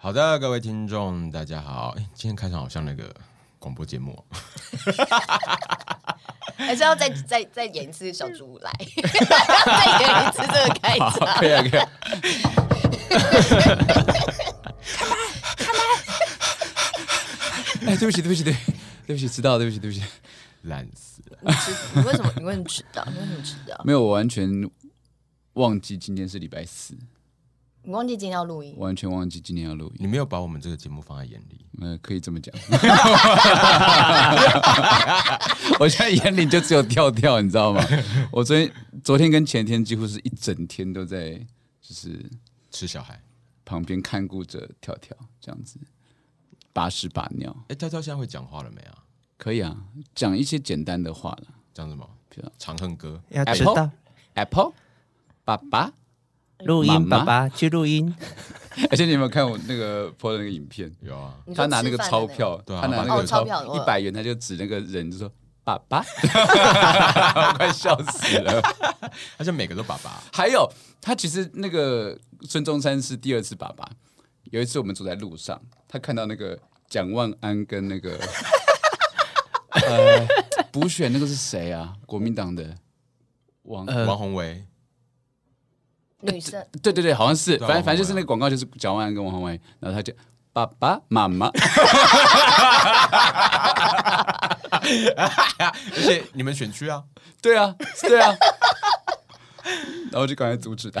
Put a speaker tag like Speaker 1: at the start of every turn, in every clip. Speaker 1: 好的，各位听众，大家好。诶今天开场好像那个广播节目哦、
Speaker 2: 还是要 再再再演一次小猪来， 再演一次这个开
Speaker 1: 好，
Speaker 2: 场。
Speaker 1: 可以啊，可以啊。
Speaker 3: 哎，对不起，对不起，对，对不起，迟到，对不起，对不起，
Speaker 1: 烂死了。
Speaker 2: 你知你为什么？你为什么迟到？你为什么迟到？
Speaker 3: 没有，我完全忘记今天是礼拜四，
Speaker 2: 你忘记今天要录音？
Speaker 3: 完全忘记今天要录音。
Speaker 1: 你没有把我们这个节目放在眼里，
Speaker 3: 呃，可以这么讲， 我现在眼里就只有跳跳，你知道吗？我昨天、昨天跟前天几乎是一整天都在，就是
Speaker 1: 吃小孩。
Speaker 3: 旁边看顾着跳跳这样子，把屎把尿，
Speaker 1: 哎、娇娇现在会讲话了没啊？
Speaker 3: 可以啊，讲一些简单的话了
Speaker 1: 讲什么
Speaker 3: 是啊？
Speaker 1: 长恨歌。
Speaker 4: 要迟
Speaker 3: Apple
Speaker 4: 到
Speaker 3: ，Apple，爸爸。
Speaker 4: 录音，
Speaker 3: 妈
Speaker 4: 爸
Speaker 3: 妈
Speaker 4: 爸去录音。
Speaker 3: 而且你有没有看我那个播的那个影片？
Speaker 1: 有啊，
Speaker 2: 你说
Speaker 3: 他拿那个
Speaker 2: 吃饭的哦
Speaker 3: 钞票，
Speaker 1: 对啊
Speaker 3: 他拿
Speaker 1: 把
Speaker 3: 那
Speaker 1: 那
Speaker 3: 个
Speaker 1: 个
Speaker 2: 钞票
Speaker 3: 一百元，他就指那个人就说：“爸 爸。” 我快笑死了。
Speaker 1: 而且每个都爸爸。
Speaker 3: 还有，他其实那个孙中山是第二次爸爸。有一次我们走在路上，他看到那个蒋万安跟 那个呃补选那个是谁啊？国民党的王。
Speaker 5: 呃
Speaker 1: 王宏维，
Speaker 2: 那个女 生
Speaker 3: 对对对，好像是，
Speaker 1: 对啊王宏
Speaker 3: 反正反正就
Speaker 1: 伟
Speaker 3: 是
Speaker 1: 啊
Speaker 3: 那个广告，就是蒋万安跟王宏伟，然后他就爸爸妈 妈，
Speaker 1: 而且你们选区啊，
Speaker 3: 对啊，对啊。然后我就赶快阻 止他，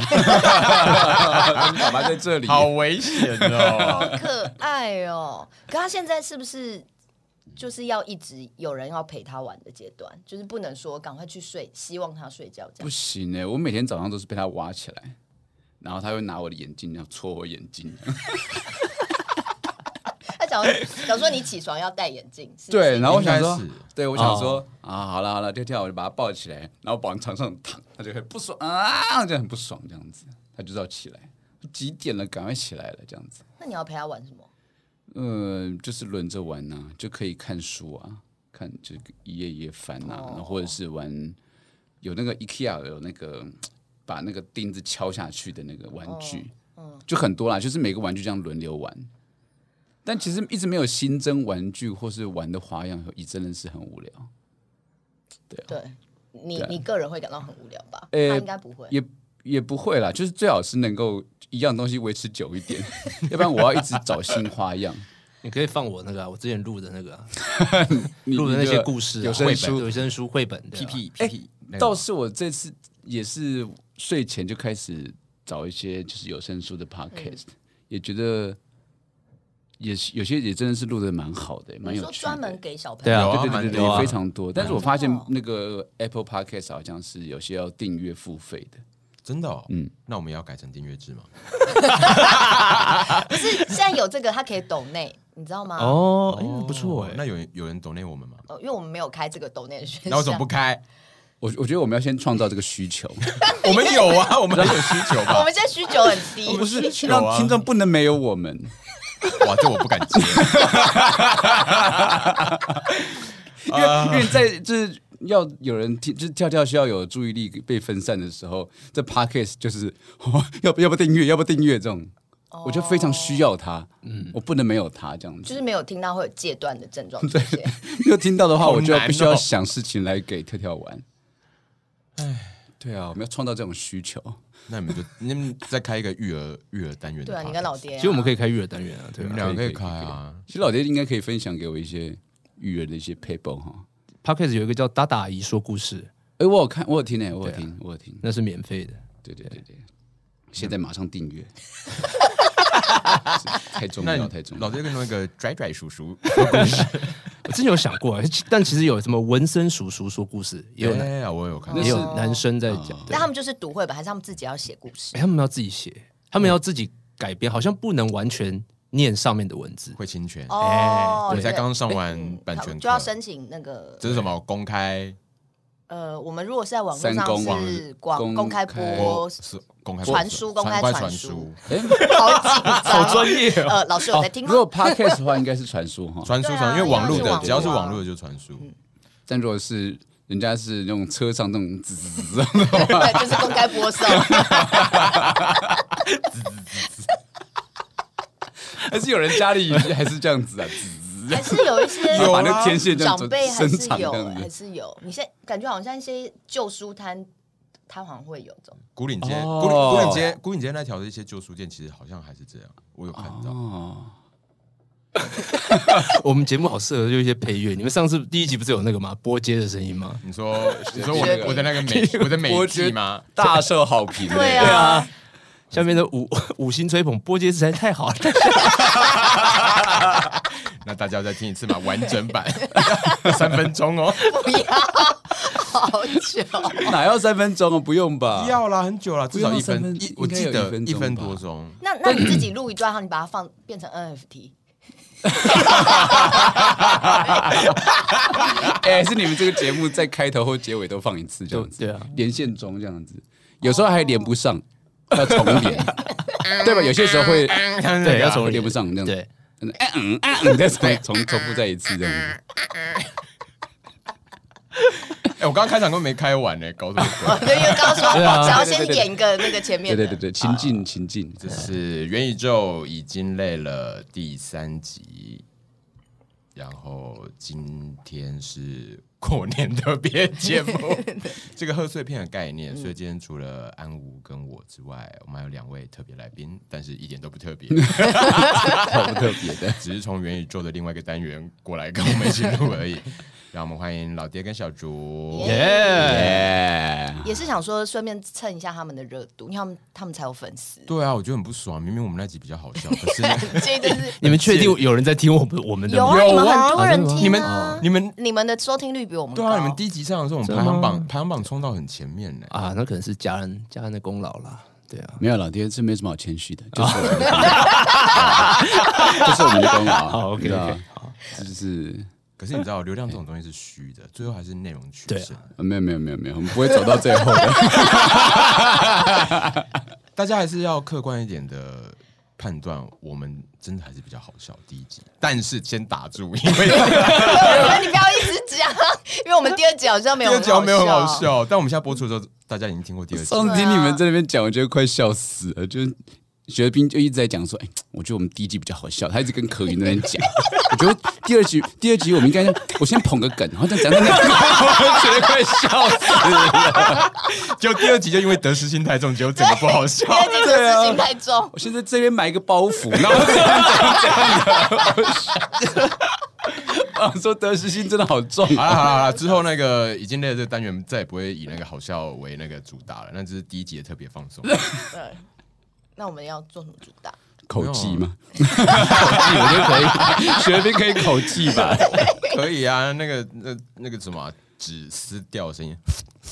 Speaker 3: 你爸爸在这里。
Speaker 1: 好危险 哦！
Speaker 2: 好可爱哦。可她现在是不是就是要一直有人要陪她玩的阶段？就是不能说赶快去睡，希望她睡觉这
Speaker 3: 不
Speaker 2: 样。
Speaker 3: 行哎、我每天早上都是被他挖起来，然后他会拿我的眼镜，然后戳我眼 睛。
Speaker 2: 她讲讲说你起床要戴眼镜，是不是
Speaker 3: 对，然后我想说
Speaker 1: 应该是，哦
Speaker 3: 对我想说、啊，好了好了，跳跳，我就把他抱起来，然后往床上躺，他就会不爽啊，就很不爽这样子，他就要起来，几点了，赶快起来了这样子。
Speaker 2: 那你要陪她玩什么？
Speaker 3: 嗯、就是轮着玩呐、就可以看书啊，看就一页一页翻啊，然后或者是玩有那个 IKEA 有那个把那个钉子敲下去的那个玩具，就很多啦，就是每个玩具这样轮流玩。但其实一直没有新增玩具或是玩的花样，也真的是很无聊。
Speaker 2: 对你
Speaker 3: 啊对啊
Speaker 2: 你个人会感到很无聊吧？
Speaker 3: 呃
Speaker 2: 她应该不会。
Speaker 3: 也也不会啦，就是最好是能够一样东西维持久一点， 要不然我要一直找新花样。
Speaker 5: 你可以放我那个啊、我之前录的那个啊、
Speaker 3: 你
Speaker 5: 录的那
Speaker 3: 你
Speaker 5: 些
Speaker 3: 就
Speaker 5: 故事、啊、
Speaker 3: 有声
Speaker 5: 绘本
Speaker 3: 书
Speaker 5: 有声书、绘本的、啊。
Speaker 1: 屁屁
Speaker 3: 哎倒是我这次也是睡前就开始找一些就是有声书的
Speaker 2: 嗯
Speaker 3: podcast，、也觉得也是有些也真的是录的蛮好的，蛮
Speaker 2: 你
Speaker 3: 有
Speaker 2: 说
Speaker 3: 趣的。
Speaker 2: 专门给小朋
Speaker 5: 对
Speaker 2: 友
Speaker 5: 啊，
Speaker 1: 有
Speaker 3: 对
Speaker 1: 啊
Speaker 3: 对对对
Speaker 1: 蛮
Speaker 3: 对
Speaker 1: 多
Speaker 3: 对
Speaker 1: 啊
Speaker 3: 非常多。但是我发现
Speaker 2: 哦
Speaker 3: 那个 Apple Podcast 好像是有些要订阅付费的，
Speaker 1: 真的、哦，嗯
Speaker 3: 嗯，
Speaker 1: 那我们要改成订阅制吗？
Speaker 2: 现在有这个，他可以抖内，你知道吗？哦，
Speaker 5: 哦，哎，不错哎、
Speaker 1: 那有人有人懂内我们吗？
Speaker 2: 因为我们没有开这个抖内的选项。
Speaker 1: 那为什么不开？
Speaker 3: 我我觉得我们要先创造这个需 求，
Speaker 1: 我们有啊，我们很有需求
Speaker 2: 我
Speaker 1: 吧？
Speaker 2: 们现在需求很低，
Speaker 3: 不是
Speaker 1: 求啊
Speaker 3: 让听众不能没有我们。
Speaker 1: 哇，这我不敢接。
Speaker 3: 因为
Speaker 1: 啊
Speaker 3: 因为在就是要有人听，就是跳跳需要有注意力被分散的时候，这 podcast 就是、 哦、要不要不订阅，要不订阅这种，我就非常需要它，嗯，我不能没有它这 样
Speaker 2: 哦就
Speaker 3: 子。
Speaker 2: 是没有听到会有戒断的症状出现。
Speaker 3: 就听到的话，
Speaker 1: 好
Speaker 3: 我就
Speaker 1: 难
Speaker 3: 必须要
Speaker 1: 哦
Speaker 3: 想事情来给跳跳玩。哎，对啊，我们要创造这种需求。
Speaker 1: 那你们就你们再开一个育儿育儿单元的 podcast。
Speaker 2: 对啊，你跟老爹、啊，
Speaker 5: 其实我们可以开育儿单元啊，对
Speaker 1: 你们
Speaker 5: 吧、
Speaker 1: 两个可以
Speaker 3: 可以可
Speaker 1: 开
Speaker 3: 以
Speaker 1: 啊。
Speaker 3: 其实老爹应该可以分享给我一些育儿的一些 paper 哈。
Speaker 5: p o d c a s t 有一个叫“达达姨说故事
Speaker 3: 哎，我有看，我有听
Speaker 1: 啊
Speaker 3: 哎，我有听，我有听”，。
Speaker 5: 那是免费的。
Speaker 3: 对对对对，现在马上 订阅。太重
Speaker 1: 那你
Speaker 3: 要，太重要。
Speaker 1: 老爹跟那个拽拽叔叔，
Speaker 5: 我之前有想过、 啊，但其实有什么纹身叔叔说故事，也有嗯男、
Speaker 1: 哎呀，我有看到
Speaker 3: 那
Speaker 5: 也
Speaker 3: 是哦
Speaker 5: 有男生在讲、对
Speaker 2: 但他们就是读绘本，还是他们自己要写故事？
Speaker 5: 哎他们要自己写，他们要自己改编，好像不能完全念上面的文字。
Speaker 1: 会侵权。
Speaker 2: 哦，
Speaker 1: 我哎们才
Speaker 2: 对
Speaker 1: 刚上完版
Speaker 2: 好
Speaker 1: 权课，
Speaker 2: 就要申请那个
Speaker 1: 这是什么公开
Speaker 2: 呃，我们如果是在网络
Speaker 3: 三公
Speaker 2: 上是广
Speaker 3: 公
Speaker 2: 公开播
Speaker 1: 播，是公开
Speaker 2: 传输公开
Speaker 1: 传
Speaker 2: 传
Speaker 1: 输
Speaker 2: 输
Speaker 3: 哎，
Speaker 2: 好紧张，好专业。呃，老师有在听吗
Speaker 3: 如？果 podcast 的话，应该是传输哈。
Speaker 1: 传输
Speaker 2: 对啊
Speaker 1: 传，因为网络
Speaker 2: 因为
Speaker 1: 的
Speaker 2: 是
Speaker 1: 只要是
Speaker 2: 网络啊
Speaker 1: 网络的就传输。
Speaker 3: 但如果是人家是那种车上那种滋滋滋，
Speaker 2: 对，就是公开播送。
Speaker 3: 还是有人家里还是这样子啊？滋
Speaker 2: 还是有一些
Speaker 3: 有啊那天线这样
Speaker 2: 长
Speaker 3: 子
Speaker 2: 辈还是
Speaker 3: 伸长
Speaker 2: 有
Speaker 3: 这样，子
Speaker 2: 还是有。你现在感觉好像一些旧书摊，它好像会有这种。
Speaker 1: 古岭街、
Speaker 3: 哦
Speaker 1: 古岭古岭街、古岭街那条的一些旧书店，其实好像还是这样，我有看到。
Speaker 3: 哦，
Speaker 5: 我们节目好适合就一些配乐。你们上次第一集不是有那个吗？波接的声音吗？
Speaker 1: 你说，你说我
Speaker 2: 觉
Speaker 1: 的
Speaker 2: 得
Speaker 1: 我的那个美，我的美剧吗？
Speaker 3: 大受好评欸。
Speaker 2: 对啊，
Speaker 5: 下面的五五星吹捧波接实在太 好了，
Speaker 1: 那大家再听一次嘛，完整版三分钟哦。
Speaker 2: 不要，好久。
Speaker 3: 哪要三分钟啊？不用吧？
Speaker 1: 要啦，很久了，至少一
Speaker 3: 不用
Speaker 1: 分
Speaker 3: 到三分
Speaker 1: 一，我记
Speaker 3: 应该有
Speaker 1: 得
Speaker 3: 一分
Speaker 1: 一
Speaker 3: 钟吧
Speaker 1: 分多钟。
Speaker 2: 那那你自己录一段，然后你把它放变成 NFT，
Speaker 3: 哎、还是你们这个节目在开头或结尾都放一次这样子，
Speaker 5: 对对啊，
Speaker 3: 连线中这样子，有时候还连不上，要重连，对吧？有些时候会
Speaker 5: 对，要从
Speaker 3: 连不上这样子，
Speaker 5: 对，
Speaker 3: 嗯嗯嗯嗯，再重重重复再一次这样子。
Speaker 1: 哎，我刚刚开场都没开完呢，搞什么鬼？
Speaker 2: 对，因为刚刚说
Speaker 3: 对啊
Speaker 2: 想要先演一个那个前
Speaker 3: 对
Speaker 2: 面的，
Speaker 3: 对对对，情
Speaker 5: 啊
Speaker 3: 境情境，
Speaker 1: 这是元宇宙已经累了第三集，然后今天是过年特别节 目，这个贺岁片的概念。
Speaker 2: 嗯
Speaker 1: 所以今天除了安吾跟我之外，我们还有两位特别来宾，但是一点都不特 别，
Speaker 3: 好不特别 的。
Speaker 1: 只是从元宇宙的另外一个单元过来跟我们一起录而已。让我们欢迎老爹跟小竹。。
Speaker 5: 耶！哎
Speaker 2: 也是想说顺便蹭一下他们的热度，因为他们他们才有粉丝
Speaker 1: 对啊，我觉得很不爽。明明我们那集比较好笑，可是呢
Speaker 2: 所以就是
Speaker 5: 你们确定有人在听我们我们的
Speaker 2: 有
Speaker 5: 吗？
Speaker 2: 啊，你们
Speaker 1: 啊
Speaker 2: 很多人
Speaker 1: 你
Speaker 2: 听
Speaker 1: 们
Speaker 2: 啊，
Speaker 1: 你们
Speaker 2: 你们的收听率比我们
Speaker 1: 对
Speaker 2: 高。
Speaker 1: 啊，你们第一集上的时候，我们
Speaker 5: 真
Speaker 1: 排
Speaker 5: 的吗
Speaker 1: 行榜排行榜冲到很前面呢。
Speaker 5: 啊，那可能是家人家人的功劳啦。对啊，
Speaker 3: 没有老爹，这没什么好谦 虚的，就是我们的功劳， 就是我们的功劳。
Speaker 5: 好，OK，
Speaker 3: 你知道
Speaker 5: OK，
Speaker 3: 这啊就是
Speaker 1: 可是你知道，流量这种东西是虚的，最后还是内容取
Speaker 5: 对啊
Speaker 1: 胜。
Speaker 3: 呃没有没有没有没有，我们不会走到最后 的。
Speaker 1: 大家还是要客观一点的判断，我们真的还是比较好笑第一集。但是先打住，因为
Speaker 2: 你不要一直讲，因为我们第二集好像没
Speaker 1: 第二
Speaker 2: 有很
Speaker 1: 集没有很好
Speaker 2: 好。
Speaker 1: 笑。但我们现在播出的时候，大家已经听过 第二集。
Speaker 3: 上次听你们在那边讲，我觉得快笑死了。就是学兵就一直在讲说，哎、我觉得我们第一集比较好笑，他一直跟可云那边 讲。我觉得第二集，第二集我们应该，我先捧个梗， 然后再讲讲讲，我觉得快笑死了。
Speaker 1: 就第二集就因为得失心太重，结果整个不好笑
Speaker 2: 第。 二集真是心太重，
Speaker 3: 我现在这边埋一个包 袱，然后这样讲 讲讲。啊，说得失心真的好重
Speaker 1: 好
Speaker 3: 啊！
Speaker 1: 了好了好了，之后那个已经累了这个单元再也不会以那个好笑为那个主打了，那只是第一集的特别放松。
Speaker 2: 对。那我们要做什么主打？
Speaker 3: 口技吗？口技我觉得可以，学兵可以口技吧？
Speaker 1: 可以啊，那个那那个什么啊纸撕掉的声音，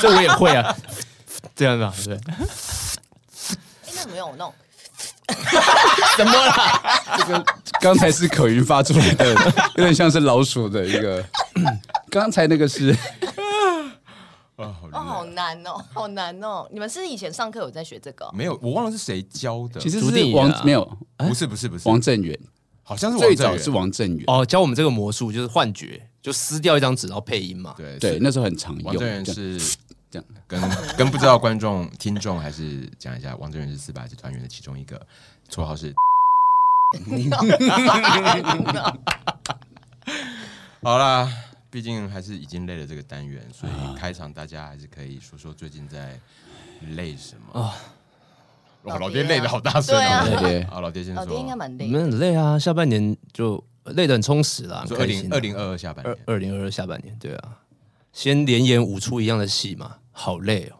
Speaker 5: 这我也会啊， 这样吧，对，
Speaker 2: 哎，那有没有那种
Speaker 3: 这个刚才是可云发出来的，有点像是老鼠的一 个。刚才那个是
Speaker 1: 啊，好累
Speaker 2: 哦，好难哦，好难哦！你们是以前上课有在学这个哦、
Speaker 1: 没有，我忘了是谁教的。
Speaker 3: 其实
Speaker 5: 朱定
Speaker 3: 是
Speaker 5: 宇
Speaker 3: 王
Speaker 5: 啊
Speaker 3: 没有
Speaker 1: 不是不是不是，
Speaker 3: 王正源，
Speaker 1: 好像是王
Speaker 3: 最
Speaker 1: 正
Speaker 3: 早
Speaker 1: 源
Speaker 3: 是王正源，
Speaker 5: 哦，教我们这个魔术就是幻觉，就撕掉一张纸，然后配音嘛。
Speaker 1: 对
Speaker 3: 对，
Speaker 1: 是
Speaker 3: 那时候很常用。
Speaker 1: 王正源
Speaker 3: 这样
Speaker 1: 是
Speaker 3: 这样
Speaker 1: 跟 跟不知道观众听众还是讲一下，王正源是四百集团员的其中一个，绰号是。 嗯
Speaker 2: 哦
Speaker 1: 啊好啦，毕竟还是已经累了这个单元，所以开场大家还是可以说说最近在累什么啊。哇，老爹
Speaker 2: 老爹啊
Speaker 1: 累的好大声
Speaker 2: 对啊
Speaker 1: 哦！
Speaker 3: 哦老爹
Speaker 1: 好，老爹先说。
Speaker 2: 老爹应该蛮
Speaker 5: 你
Speaker 2: 累
Speaker 1: 嗯
Speaker 2: 的，
Speaker 5: 们很累啊，下半年就累得很充实啦，很
Speaker 1: 说二
Speaker 5: 开心
Speaker 1: 零
Speaker 5: 啊。
Speaker 1: 二零二二下半
Speaker 3: 呃
Speaker 5: 二
Speaker 1: 年，
Speaker 5: 二零二二下半年，对啊，先连演五出一样的戏嘛，好累哦，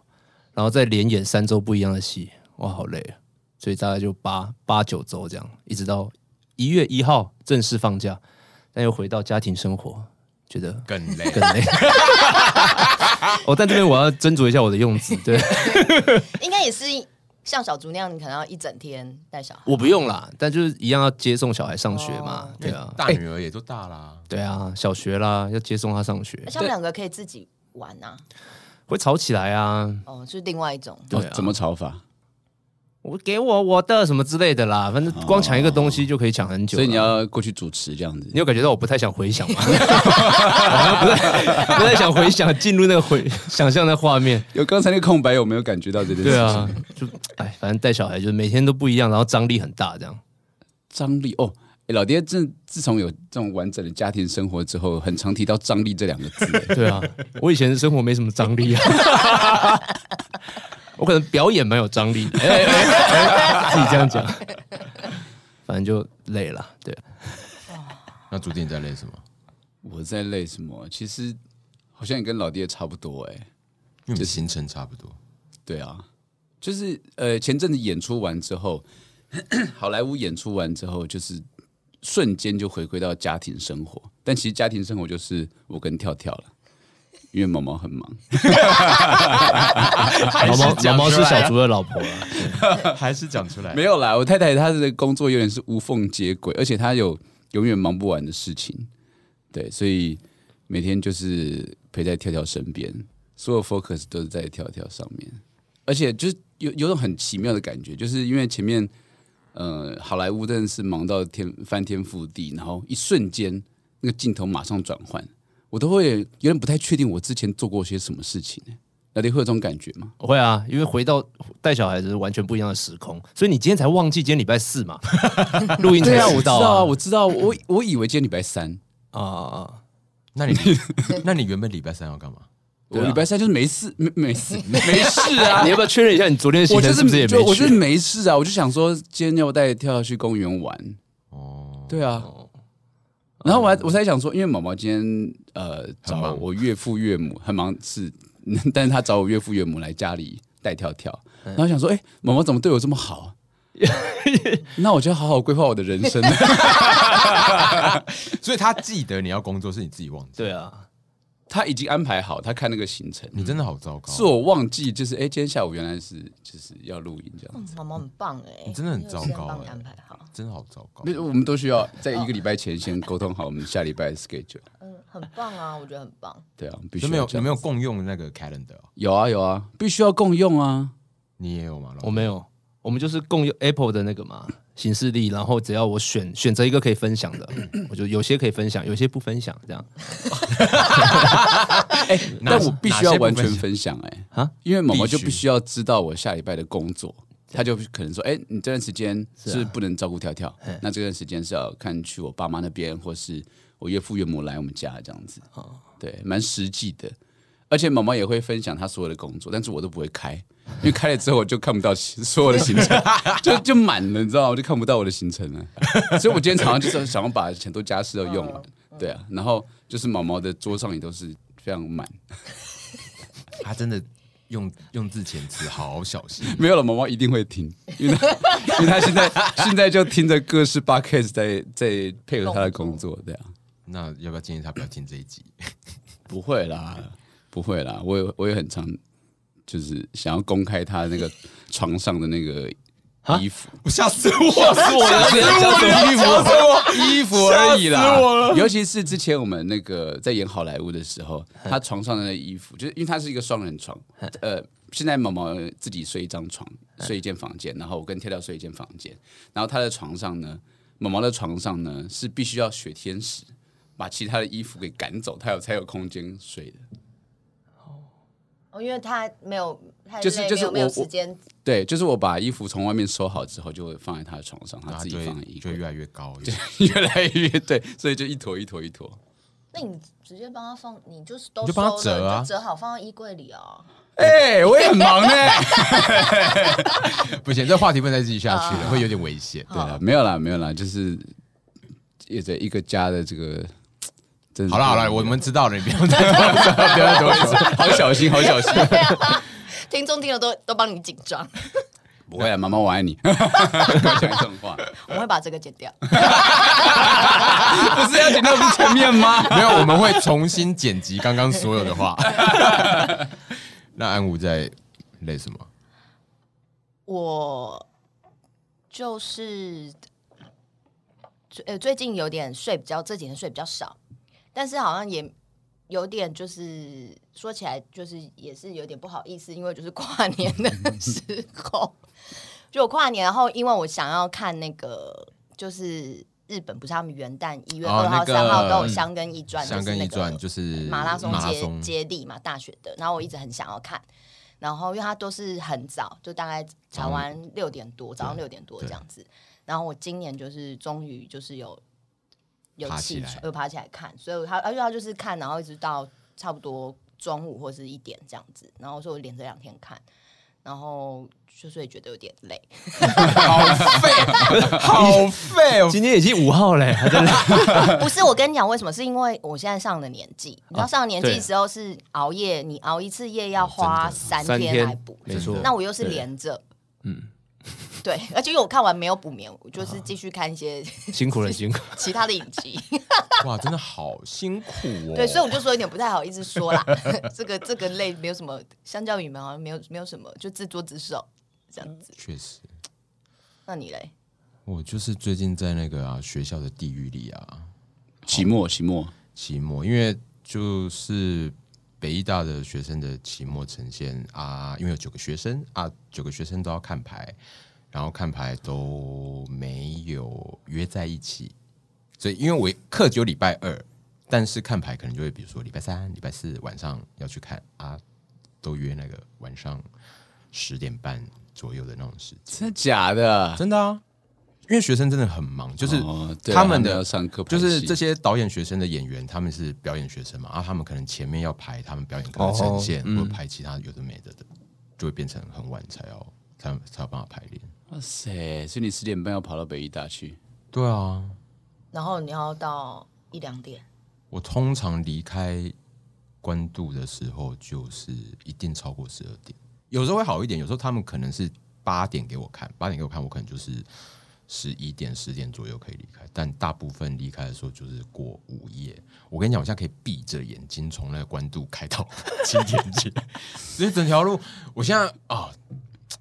Speaker 5: 然后再连演三周不一样的戏，哇，好累、啊，所以大概就八八九周这样，一直到一月一号正式放假，但又回到家庭生活，觉得
Speaker 1: 更累。
Speaker 5: 更累。 哦，但这边我要斟酌一下我的用词，对
Speaker 2: 应该也是像小竹那样，你可能要一整天带小孩。
Speaker 5: 我不用啦，但就是一样要接送小孩上学
Speaker 2: 哦
Speaker 5: 嘛，对啊，
Speaker 3: 哎
Speaker 1: 大女儿也都大啦，
Speaker 5: 对啊，小学啦要接送他上学
Speaker 2: 而，且他们两个可以自己玩啊，
Speaker 5: 会吵起来啊，
Speaker 2: 哦，就是另外一种。
Speaker 5: 对
Speaker 3: 哦
Speaker 5: 啊
Speaker 3: 怎么吵法？
Speaker 5: 我给我我的什么之类的啦，反正光抢一个东西就可以抢很
Speaker 1: 啊
Speaker 5: 久。
Speaker 3: 哦所以你，要过去主持这样子
Speaker 5: 你。有感觉到我不太想回 想吗？我好像不太不太想回想，进入那个回 想象的画面。啊
Speaker 3: 有刚才那个空白，有没有感觉到这件事？
Speaker 5: 对，啊，就哎，反正带小孩就是每天都不一样，然后张力很大，这样
Speaker 3: 张力哦。诶老爹自自从有这种完整的家庭生活之后，很常提到张力这两个字。 诶
Speaker 5: 对啊，我以前生活没什么张力啊， 我可能表演蛮有张力的，哎哎哎哎自己 这样讲，反正就累了。对，
Speaker 1: 那朱棣你在累什么？
Speaker 3: 我在累什么？其实好像也跟老爹差不多哎、诶
Speaker 1: 因为你们行程差不多，
Speaker 3: 对啊，就是呃，前阵子演出完之后， 好莱坞演出完之后，就是瞬间就回归到家庭生活。但其实家庭生活就是我跟跳跳了，因为毛毛很忙。
Speaker 5: 毛毛毛毛是小竹的老婆啊，
Speaker 1: 还是讲出来
Speaker 3: 没？有啦，我太太她的工作有点是无缝接轨，而且她有永远忙不完的事情。对，所以每天就是陪在跳跳身边，所有 focus 都是在跳跳上面，而且就是有有种很奇妙的感觉，就是因为前面呃好莱坞真的是忙到天翻天覆地，然后一瞬间那个镜头马上转换，我都会有点不太确定我之前做过些什么事情、欸。老弟会有这种感觉吗？
Speaker 5: 会啊，因为回到带小孩子是完全不一样的时空，所以你今天才忘记今天礼拜四嘛，录音才
Speaker 3: 啊，我知道啊，
Speaker 5: 啊
Speaker 3: 我知道，我我以为今天礼拜三。
Speaker 5: 啊啊啊！
Speaker 1: 那你 那你原本礼拜三要干嘛？
Speaker 3: 我礼拜三就是没事，没没 事，没事啊。
Speaker 5: 你要不要确认一下你昨天的行
Speaker 3: 我就
Speaker 5: 程是不是也
Speaker 3: 就
Speaker 5: 没
Speaker 3: 我就
Speaker 5: 去？
Speaker 3: 是没事啊，我就想说今天要不要带跳跳去公园玩。哦，嗯对啊。然后我还我才想说，因为毛毛今天呃
Speaker 1: 很
Speaker 3: 找
Speaker 1: 忙
Speaker 3: 我岳父岳母很忙是， 但是他找我岳父岳母来家里带跳跳，然后想说，哎、毛毛怎么对我这么 好？啊那我就要好好规划我的人 生。
Speaker 1: 所以他记得你要工作，是你自己忘记。
Speaker 5: 对啊，
Speaker 3: 他已经安排好，他看那个行程，
Speaker 1: 你真的好糟糕，啊
Speaker 3: 是我忘记，就是哎、今天下午原来是就是要录音这样。
Speaker 2: 毛毛哦很棒哎、
Speaker 1: 你真的很糟糕
Speaker 2: 又有时间帮你
Speaker 1: 哎
Speaker 2: 安排好，
Speaker 1: 真的好糟糕
Speaker 3: 没。有，我们都需要在一个礼拜前先沟通好我们下礼拜的 schedule。
Speaker 2: 嗯，很棒啊，我觉得很棒。
Speaker 3: 对啊，必
Speaker 1: 就
Speaker 3: 须要
Speaker 1: 没有
Speaker 3: 这
Speaker 1: 你
Speaker 3: 样
Speaker 1: 没有共用那个 calendar，哦
Speaker 3: 有啊有啊，必须要共用啊。
Speaker 1: 你也有吗？老
Speaker 5: 我没有，我们就是共用 Apple 的那个嘛行事历，然后只要我选选择一个可以分享的，我就有些可以分享，有些不分享，这样
Speaker 1: 哪
Speaker 3: 哎但我必须要完全
Speaker 1: 哪些部分
Speaker 3: 分享哎、
Speaker 5: 啊
Speaker 3: 因为毛毛
Speaker 1: 必须
Speaker 3: 就必须要知道我下礼拜的工作，他就可能说，哎、你这段时间是
Speaker 1: 啊
Speaker 3: 不能照顾跳跳，那这段时间是要看去我爸妈那边，或是我岳父岳母来我们家这样子。
Speaker 1: 哦
Speaker 3: 对，蛮实际的。而且毛毛也会分享他所有的工作，但是我都不会开，因为开了之后我就看不到行所有的行 程，就就满了，你知道吗？我就看不到我的行程了。所以我今天早上就是想要把很多家事都用
Speaker 1: 哦
Speaker 3: 完，对啊。然后就是毛毛的桌上也都是非常满，
Speaker 1: 他真的用用字遣词好小心。
Speaker 3: 没有了，毛毛一定会听，因为他因为他现在现在就听着各式八 case 在在配合他的工作，对啊，
Speaker 1: 那要不要建议他不要听这一集？
Speaker 3: 不会啦，不会啦，我也我也很常就是想要公开他那个床上的那个衣服，
Speaker 1: 我吓死我！吓死我了！吓死我！衣服，衣服
Speaker 3: 而已啦。尤其是之前我们那个在演好莱坞的时候，
Speaker 1: 嗯
Speaker 3: 他床上的那衣服，就是因为他是一个双人床，呃，现在毛毛自己睡一张床，
Speaker 1: 嗯
Speaker 3: 睡一间房间，然后我跟跳跳睡一间房间，然后他的床上呢，毛毛的床上呢是必须要雪天使把其他的衣服给赶走，他有才有空间睡的。
Speaker 2: 哦，因为他没有太累，
Speaker 3: 就是就是
Speaker 2: 没有没有
Speaker 3: 我我
Speaker 2: 时间，
Speaker 3: 对，就是我把衣服从外面收好之后，就会放在他的床上，他
Speaker 1: 然后
Speaker 3: 自己
Speaker 1: 就
Speaker 3: 放在
Speaker 1: 会
Speaker 3: 衣
Speaker 1: 就
Speaker 3: 柜
Speaker 1: 会，越来越高。
Speaker 3: 越来越对，所以就一坨一坨一坨。
Speaker 2: 那你直接帮他放，你就是都
Speaker 1: 你就帮他
Speaker 2: 收了
Speaker 1: 折啊
Speaker 2: 你就折好放到衣柜里 啊。
Speaker 3: 哎、我也很忙呢、
Speaker 1: 不行，这话题不能再继续下去了，会有点危险。对
Speaker 3: 对了，没有啦，没有啦，就是也在一个家的这个，真的是
Speaker 1: 好了好了，我们知道了，你不要再多说，不要再多说。
Speaker 3: 好小心，好小心。
Speaker 2: 啊 听众听了都都帮你紧张，
Speaker 3: 不会啊，妈妈我爱你。 讲这种话，
Speaker 2: 我们会把这个剪掉。
Speaker 3: 不 是要剪到不前面吗？
Speaker 1: 没有，我们会重新剪辑刚刚所有的话。 那安武在累什么？
Speaker 2: 我就是最呃最近有点睡比较，这几天睡比较少，但是好像也有点就是说起来就是也是有点不好意思，因为就是跨年的时候，就我跨年，然后因为我想要看那个就是。日本不是他们元旦一月
Speaker 1: 哦
Speaker 2: 二
Speaker 1: 那
Speaker 2: 号、
Speaker 1: 个
Speaker 2: 三号都有相跟一转，
Speaker 1: 香根一转
Speaker 2: 就
Speaker 1: 就
Speaker 2: 是
Speaker 1: 是
Speaker 2: 那个马拉松
Speaker 1: 马拉
Speaker 2: 接
Speaker 1: 松
Speaker 2: 接力嘛，大学的。然后我一直很想要看，然后因为它都是很早，就大概台湾六点多，早上六点多这样子。然后我今年就是终于就是有有
Speaker 1: 爬
Speaker 2: 起
Speaker 1: 起来
Speaker 2: 床，有爬起来看，所以我他而且他就是看，然后一直到差不多中午或是一点这样子，然后所以我连着两天看，然后就所以觉得有点累，
Speaker 1: 好废 哦！
Speaker 5: 今天已经五号嘞，还在
Speaker 2: 不是我跟你讲为什么，是因为我现在上了年纪，你知道上了年纪
Speaker 5: 哦对哦
Speaker 2: 时候是熬夜，你熬一次夜要花三
Speaker 5: 三
Speaker 2: 天来补，
Speaker 5: 没错。
Speaker 2: 那我又是连着，嗯，对，而且因为我看完没有补眠，我就是继续看一 些
Speaker 5: 辛苦了，辛苦。
Speaker 2: 其他的影集，
Speaker 5: 哦
Speaker 1: 哇，真的好辛苦哦。
Speaker 2: 对，所以我就说有点不太好意思说啦， 这个这个类没有什么，相较于你们好像没有没有什么，就自作自受这样子。
Speaker 1: 确实，
Speaker 2: 那你嘞？
Speaker 1: 我就是最近在那个啊学校的地狱里啊
Speaker 3: 期末期末
Speaker 1: 期末，因为就是北医大的学生的期末呈现啊，因为有九个学生啊，九个学生都要看牌，然后看牌都没有约在一起，所以因为我课只有礼拜二，但是看牌可能就会比如说礼拜三、礼拜四晚上要去看啊，都约那个晚上十点半左右的那种时间。
Speaker 3: 真的假的？
Speaker 1: 真的啊，因为学生真的很忙，就是
Speaker 3: 哦对啊
Speaker 1: 他们
Speaker 3: 他们
Speaker 1: 的
Speaker 3: 要上课排
Speaker 1: 就
Speaker 3: 戏
Speaker 1: 是这些导演学生的演员，他们是表演学生嘛，啊，他们可能前面要排他们表演课的呈现，或者排其他有的没的的，就会变成很晚才要才才有办法排练。
Speaker 3: 哇塞！所以你十点半要跑到北医大去？
Speaker 1: 对啊，
Speaker 2: 然后你要到一两点，
Speaker 1: 我通常离开关渡的时候，就是一定超过十二点，有时候会好一点，有时候他们可能是八点给我看，八点给我看，我可能就是十一点、十点左右可以离开，但大部分离开的时候就是过午夜。我跟你讲，我现在可以闭着眼睛从那个关渡开到七点去， 所以整条路，我现在啊，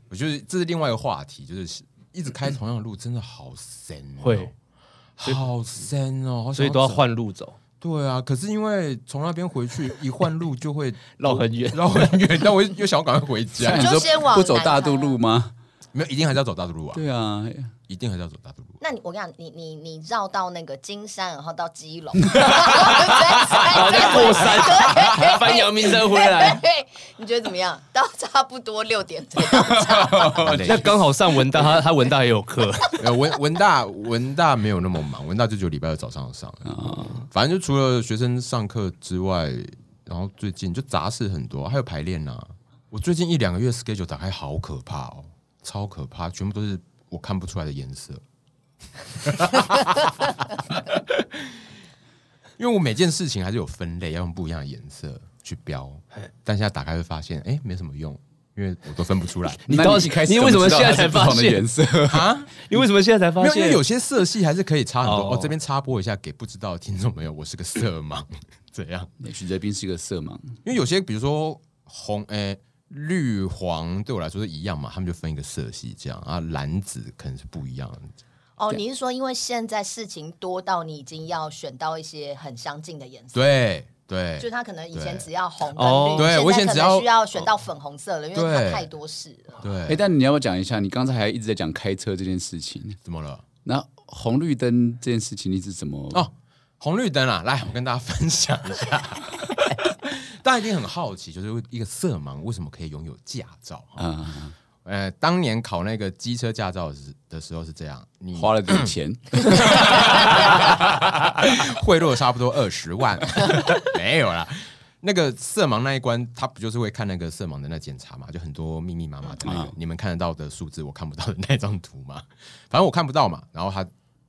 Speaker 1: 我觉得这是另外一个话题，就是一直开同样的路，真的好深、哦，
Speaker 5: 会。
Speaker 1: 好深哦，好想
Speaker 5: 所以都要
Speaker 1: 走
Speaker 5: 换路走，
Speaker 1: 对啊，可是因为从那边回去一换路就会
Speaker 5: 绕很远
Speaker 1: 绕很远，但我又想要赶快回
Speaker 3: 那
Speaker 1: 家
Speaker 2: 对，
Speaker 3: 啊你
Speaker 2: 就先
Speaker 3: 说
Speaker 2: 往
Speaker 3: 不走
Speaker 2: 南
Speaker 3: 大渡
Speaker 2: 开
Speaker 3: 路吗？
Speaker 1: 没有一定还是要走大渡路啊，
Speaker 3: 对啊，
Speaker 1: 一定还是要走大渡路。啊
Speaker 2: 那你我跟你讲，你你你绕到那个金山，然后到基隆， 再过山，
Speaker 5: 翻阳明山 回来。
Speaker 2: 对，你觉得怎么样？ 到差不多六点才 到家，
Speaker 5: 那刚好上文大，他他文大也有 课，
Speaker 1: 呃，文文大文大没有那么忙，文大就只有礼拜二早上上而已。反正就除了学生上课之外，然后最近就杂事很多，还有排练啊。我最近一两个月 schedule 打开好可怕哦，超可怕，全部都是我看不出来的颜色。 因为我每件事情还是有分类，要用不一样的颜色去标，但现在打开会发现，哎、没什么用，因为我都分不出来。
Speaker 5: 你
Speaker 3: 那
Speaker 5: 到底
Speaker 3: 一开始
Speaker 5: 你
Speaker 3: 怎
Speaker 5: 为什么
Speaker 3: 知道
Speaker 5: 现在
Speaker 3: 它是
Speaker 5: 才
Speaker 3: 不
Speaker 5: 发
Speaker 3: 同的
Speaker 5: 现
Speaker 3: 颜色？
Speaker 5: 你为什么现在才发
Speaker 1: 没有，因
Speaker 5: 现？
Speaker 1: 为有些色系还是可以差很多。
Speaker 5: 哦
Speaker 1: 我、这边插播一下，给不知道的听众朋友，我是个色盲， 怎样？
Speaker 3: 也许这边是一个色盲，
Speaker 1: 因为有些比如说红，诶、绿黄对我来说是一样嘛，他们就分一个色系这样啊，蓝紫可能是不一样的。
Speaker 2: 哦，你是说因为现在事情多到你已经要选到一些很相近的颜色？
Speaker 1: 对对
Speaker 2: 就，他可能以前
Speaker 1: 对
Speaker 2: 只要红跟
Speaker 5: 哦
Speaker 2: 绿，
Speaker 1: 对
Speaker 2: 现在
Speaker 1: 我以前
Speaker 2: 可
Speaker 1: 只
Speaker 2: 能
Speaker 1: 要哦
Speaker 2: 需要选到粉红色了，因为它
Speaker 1: 对
Speaker 2: 太多事 了。
Speaker 1: 对，
Speaker 3: 哎，但你要不要讲一下？你刚才还一直在讲开车这件事情，
Speaker 1: 怎么了？
Speaker 3: 那红绿灯这件事情你是怎么？
Speaker 1: 哦，红绿灯啊，来，我跟大家分享一下。 大家一定很好奇，就是一个色盲为什么可以拥有驾照？
Speaker 3: 啊，
Speaker 1: 呃，当年考那个机车驾照的时的时候是这样，你
Speaker 3: 花了点钱，
Speaker 1: 贿赂差不多二十万， 没有啦。那个色盲那一关，他不就是会看那个色盲的那检查嘛？就很多密密麻麻的那个，
Speaker 3: 嗯
Speaker 1: 你们看得到的数字，我看不到的那张图嘛。反正我看不到嘛，然后他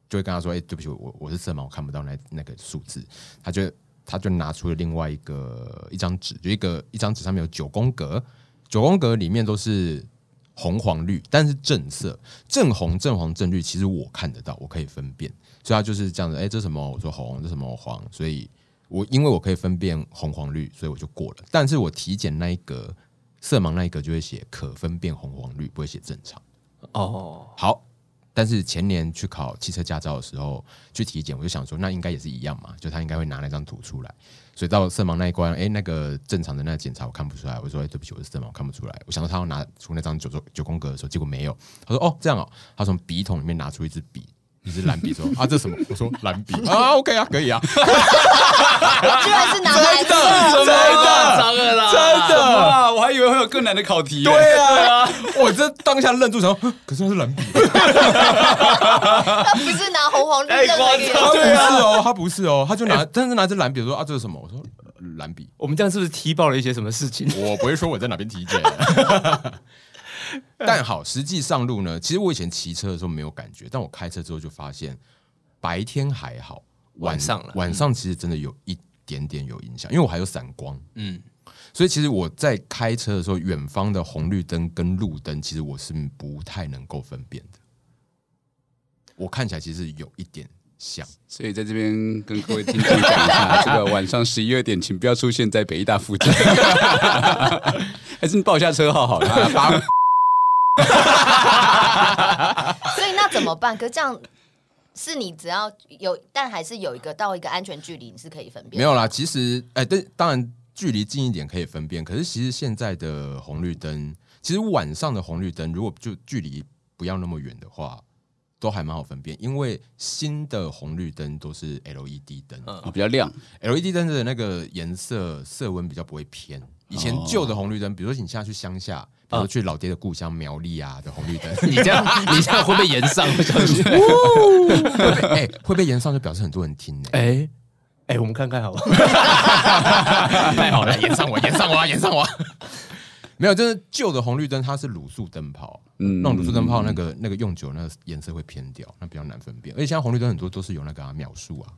Speaker 1: 就会跟他说：“哎、对不起，我我是色盲，我看不到那那个数字。”他就他就拿出了另外一个一张纸，就一个一张纸上面有九宫格，九宫格里面都是红黄绿，但是正色，正红正黄正绿，其实我看得到，我可以分辨，所以他就是这样子，哎、这什么？我说红，这什么黄，所以我因为我可以分辨红黄绿，所以我就过了。但是我体检那一格色盲那一格就会写可分辨红黄绿，不会写正常。
Speaker 5: 哦，
Speaker 1: 好，但是前年去考汽车驾照的时候去体检，我就想说，那应该也是一样嘛，就他应该会拿那张图出来。所以到色盲那一关，哎、那个正常的那个检查我看不出来，我就说、哎对不起，我是色盲，我看不出来。我想到他要拿出那张九九九宫格的时候，结果没有。他说哦，这样哦，他从笔筒里面拿出一支笔，你是蓝笔说 啊，这什么？我说蓝笔啊，OK 啊，可以啊，
Speaker 2: 我居然是拿来测，
Speaker 1: 真的，
Speaker 5: 脏了啦！
Speaker 1: 真的，
Speaker 3: 哇，我还以为会有更难的考题耶。
Speaker 1: 对啊， 我这当下愣住，想说，可是它是蓝笔，
Speaker 2: 他不是拿红黄绿任何一个
Speaker 1: 他不
Speaker 2: 颜色。
Speaker 1: 是哦，他不是哦，他就拿，但是拿着蓝笔我说啊，这是什么？我说呃蓝笔，
Speaker 5: 我们这样是不是踢爆了一些什么事 情？
Speaker 1: 我不会说我在哪边体 检。但好，实际上路呢，其实我以前骑车的时候没有感觉，但我开车之后就发现，白天还好，
Speaker 5: 晚上了
Speaker 1: 晚上其实真的有一点点有影响，因为我还有散光，
Speaker 5: 嗯，
Speaker 1: 所以其实我在开车的时候，远方的红绿灯跟路灯，其实我是不太能够分辨的。我看起来其实有一点像，
Speaker 3: 所以在这边跟各位听众讲一下，这个晚上十一二点，请不要出现在北医大附近。 还是你报一下车号好了啊，八
Speaker 2: 所以那怎么办？可是这样是你只要有，但还是有一个到一个安全距离，你是可以分辨。
Speaker 1: 没有啦。其实，哎、但当然距离近一点可以分辨，可是其实现在的红绿灯，其实晚上的红绿灯，如果就距离不要那么远的话，都还蛮好分辨，因为新的红绿灯都是 LED 灯，
Speaker 3: 哦比较亮，
Speaker 1: LED 灯的那个颜色色温比较不会偏。以前旧的红绿灯，比如说你现在去乡下，比如说去老爹的故乡苗栗啊的红绿灯，
Speaker 5: 你这 样你这样会被延上，我相 信。
Speaker 1: 会被哎、会被延上，就表示很多人听呢、
Speaker 5: 哎哎，我们看看好吧。
Speaker 1: 太好了，延上我，延上我啊，延上我啊。没有，就是旧的红绿灯它是卤素灯泡，
Speaker 3: 嗯
Speaker 1: 那种卤素灯泡那个那个用久了，那个颜色会偏掉，那比较难分辨。而且现在红绿灯很多都是有那个、啊、秒数啊，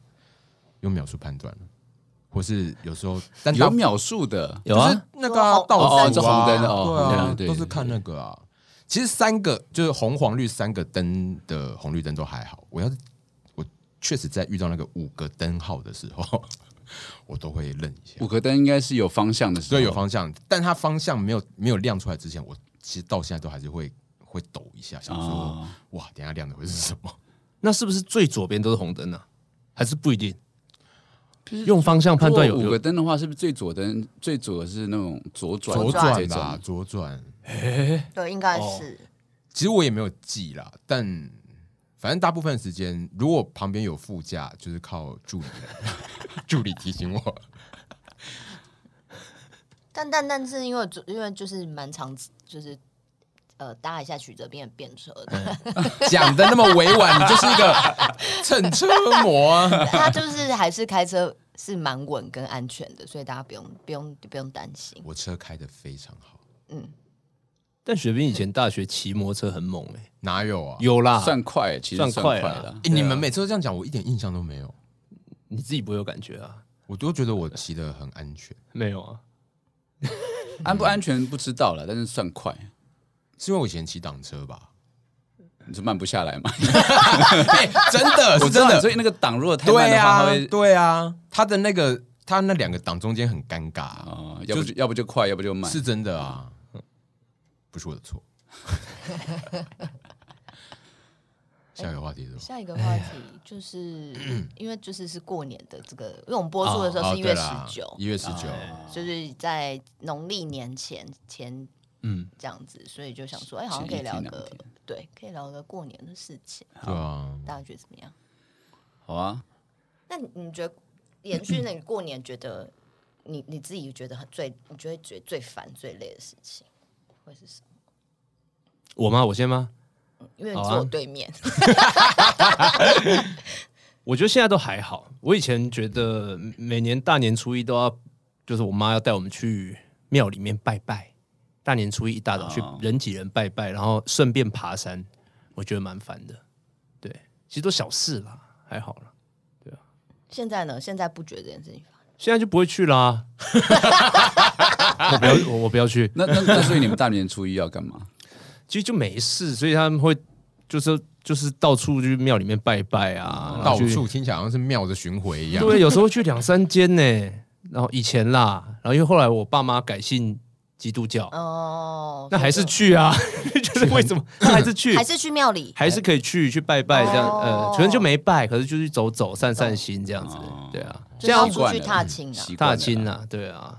Speaker 1: 用秒数判断了，或是有时候但大
Speaker 3: 有秒数的，
Speaker 5: 有啊，
Speaker 1: 那个啊
Speaker 2: 哦
Speaker 1: 倒数啊
Speaker 2: 哦
Speaker 3: 这红灯哦
Speaker 1: 对啊，
Speaker 3: 红灯对
Speaker 1: 都是看那个啊。其实三个就是红黄绿三个灯的红绿灯都还好，我要是我确实在遇到那个五个灯号的时候， 我都会愣一下
Speaker 3: 五，个灯应该是有方向的时候，
Speaker 1: 所以有方向，但它方向没有没有亮出来之前，我其实到现在都还是会会抖一下，想说、
Speaker 3: 哦
Speaker 1: 哇，等一下亮的会是什么？
Speaker 5: 那是不是最左边都是红灯呢？还是不一定？用方向判断有
Speaker 3: 如果五个
Speaker 5: 有
Speaker 3: 灯的话，是不是最左灯最左的是那种左转啊
Speaker 1: 左
Speaker 3: 这
Speaker 1: 转啊
Speaker 3: 种
Speaker 1: 吧，左转。
Speaker 2: 对，应该
Speaker 1: 哦
Speaker 2: 是。
Speaker 1: 其实我也没有记啦，但反正大部分时间，如果旁边有副驾，就是靠助理了 助理提醒我。
Speaker 2: 但但但是因为就因为就是蛮常就是呃搭一下曲折边的便车
Speaker 3: 嗯
Speaker 2: 的，
Speaker 1: 讲的那么委婉，你就是一个蹭车魔啊！
Speaker 2: 他就是还是开车是蛮稳跟安全的，所以大家不用不用不用担心。
Speaker 1: 我车开的非常好，
Speaker 5: 但雪冰以前大学骑摩托车很猛哎，
Speaker 1: 哪有啊？
Speaker 5: 有啊啦，
Speaker 3: 算快，其实
Speaker 5: 算
Speaker 3: 算
Speaker 5: 快
Speaker 3: 快
Speaker 5: 啦
Speaker 3: 了。
Speaker 1: 诶你们每次都这样讲，我一点印象都没有。
Speaker 5: 你自己不会有感觉啊？
Speaker 1: 我都觉得我骑的很安全，
Speaker 5: 没有啊，
Speaker 3: 安不安全不知道了，但是算快，
Speaker 1: 是因为我以前骑挡车吧？
Speaker 3: 你是慢不下来嘛？
Speaker 1: 哎， 真的
Speaker 3: 我
Speaker 1: 是
Speaker 3: 知
Speaker 1: 真
Speaker 3: 道，
Speaker 1: 的
Speaker 3: 所，以那个挡如果太慢
Speaker 1: 对
Speaker 3: 的话，它
Speaker 1: 啊，
Speaker 3: 会
Speaker 1: 对啊，他的那个他那两个档中间很尴尬啊，
Speaker 3: 哦，要不就要不就快，要不就慢。嗯
Speaker 1: 是真的啊，不是我的 错。下一个话题是什么？
Speaker 2: 下一个
Speaker 3: 哎
Speaker 2: 话题 就是、因为就是是过年的这个，因为我
Speaker 3: 哎
Speaker 2: 们播出
Speaker 1: 啊
Speaker 2: 的时
Speaker 3: 哦
Speaker 2: 候是一月十九、
Speaker 1: 一月十九，
Speaker 3: 啊
Speaker 2: 就是在农历年前前
Speaker 5: 嗯，
Speaker 2: 这样子，所以就想说，哎、好像可以聊
Speaker 3: 前一天两
Speaker 2: 个
Speaker 3: 天
Speaker 2: 对，可以聊个过年的事情，
Speaker 1: 对啊，
Speaker 2: 大家觉得怎么样？
Speaker 3: 好啊，
Speaker 2: 那你你觉得延续那个过年，觉得你你自己觉得很最，你觉得觉得最烦最累的事情会是什么？
Speaker 5: 我吗？我先吗？
Speaker 2: 因为你
Speaker 5: 好啊
Speaker 2: 坐我对面，
Speaker 5: 我觉得现在都还好。我以前觉得每年大年初一都要，就是我妈要带我们去庙里面拜拜，大年初一一大早去
Speaker 1: 啊
Speaker 3: 哦
Speaker 5: 人挤人拜拜，然后顺便爬山，我觉得蛮烦的。对，其实都小事啦，还好啦。
Speaker 2: 现在呢？现在不觉得这件事情烦。
Speaker 5: 现在就不会 去啦。我不要，我我不要去。
Speaker 3: 那那那所以你们大年初一要干嘛？
Speaker 5: 其实就没事，所以他们会就是就是到处去庙里面拜拜啊，然
Speaker 1: 到
Speaker 5: 后去
Speaker 1: 处听起来好像是庙的巡回一样。
Speaker 5: 对，有时候去两三间呢。然后以前啦，然后因为后来我爸妈改信基督教，
Speaker 2: 哦，
Speaker 5: 那还是
Speaker 2: 所以
Speaker 5: 去啊，就是为什么？那还是去
Speaker 2: 就，还是去庙里。
Speaker 5: 还是可以去去拜拜这样，
Speaker 2: 哦
Speaker 5: 呃，可能就没拜，可是就是走走散散心这样子
Speaker 3: 哦，
Speaker 5: 对啊，
Speaker 2: 就
Speaker 5: 这
Speaker 2: 是
Speaker 5: 样
Speaker 2: 要
Speaker 3: 习
Speaker 2: 出
Speaker 3: 惯
Speaker 2: 去
Speaker 3: 了
Speaker 2: 踏青啊，
Speaker 3: 习惯了
Speaker 5: 大清啊，对啊，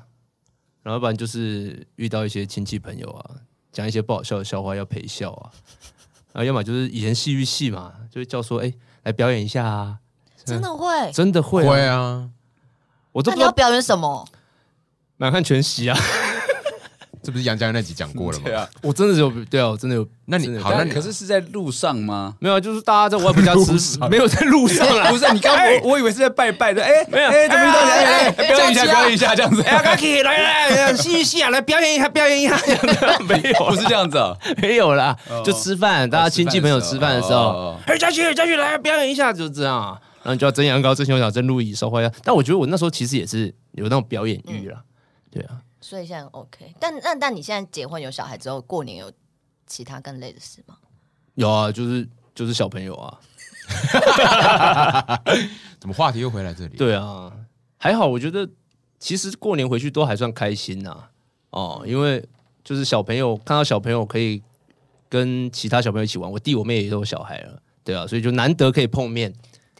Speaker 5: 然后要不然就是遇到一些亲戚朋友啊，讲一些不好笑的笑话要陪笑啊，啊，要么就是以前戏剧系嘛，就会叫说，哎、来表演一下啊，
Speaker 2: 真的会？
Speaker 5: 真的会、啊，
Speaker 1: 会啊，
Speaker 5: 我都
Speaker 2: 那你
Speaker 5: 不知
Speaker 2: 要
Speaker 5: 道
Speaker 2: 表演什么？
Speaker 5: 满汉全席啊，
Speaker 1: 这不是杨家那集讲过了吗？
Speaker 3: 对啊，
Speaker 5: 我真的有对啊，我真的有，
Speaker 1: 那你
Speaker 5: 真的有
Speaker 1: 好那
Speaker 3: 但
Speaker 1: 你
Speaker 3: 可是是在路上吗？
Speaker 5: 没有啊，就是大家在外婆家 吃，没有在路上啊啦，
Speaker 3: 不是，你刚我我以为是在拜拜的，哎哎，怎么遇到你？哎哎，表演一下，表演一下，这样子，
Speaker 5: 哎阿 k 来来来，戏剧系啊，来表演一下，表演一下，这样的哎没有
Speaker 3: 不是
Speaker 5: 啦，
Speaker 3: 这样子啊，
Speaker 5: 没有啦，就吃饭，大家亲戚朋友哦吃饭的时候，
Speaker 3: 哦，
Speaker 5: 哎，嘉旭，嘉旭来表演一下，就这样啊。然后你就要蒸羊羔、蒸熊掌、蒸鹿尾、烧花鸭。但我觉得我那时候其实也是有那种表演欲啦，对啊，
Speaker 2: 所以现在 OK，但那但你现在结婚有小孩之后，过年有其他更累的事吗？
Speaker 5: 有啊，就是就是小朋友啊，
Speaker 1: 怎么话题又回来这里？，
Speaker 5: 对啊，还好，我觉得其实过年回去都还算开心呐、哦，因为就是小朋友看到小朋友可以跟其他小朋友一起玩，我弟我妹也都有小孩了，对啊，所以就难得可以碰面，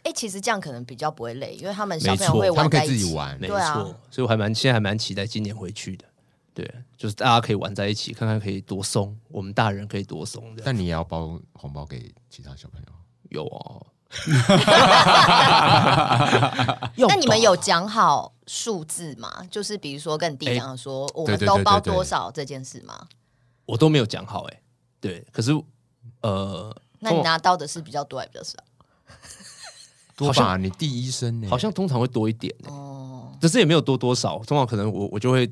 Speaker 2: 哎、其实这样可能比较不会累，因为他们小朋友
Speaker 5: 没错
Speaker 2: 会
Speaker 1: 他
Speaker 2: 玩
Speaker 1: 们可
Speaker 2: 在
Speaker 1: 以自
Speaker 2: 一
Speaker 1: 己
Speaker 2: 起。
Speaker 1: 玩
Speaker 5: 没。错，
Speaker 2: 对啊
Speaker 5: 所以我还蛮现在还蛮期待今年回去的，对，就是大家可以玩在一起，看看可以多松，我们大人可以多松的，
Speaker 1: 但你也要包红包给其他小朋友，
Speaker 5: 有 哦。要
Speaker 2: 那你们
Speaker 5: 吧
Speaker 2: 有讲好数字吗？就是比如说跟你弟讲说、
Speaker 5: 哎
Speaker 2: 我
Speaker 1: 对
Speaker 2: 们
Speaker 1: 对
Speaker 2: 都
Speaker 1: 对
Speaker 2: 包
Speaker 1: 对对
Speaker 2: 多少这件事吗？
Speaker 5: 我都没有讲好哎、对，可是呃，
Speaker 2: 那你
Speaker 5: 通
Speaker 2: 拿到的是比较多还比较少？
Speaker 1: 多吧？你第一声呢？
Speaker 5: 好像通常会多一点、欸，
Speaker 2: 哦，
Speaker 5: 只是也没有多多少，通常可能我我就会，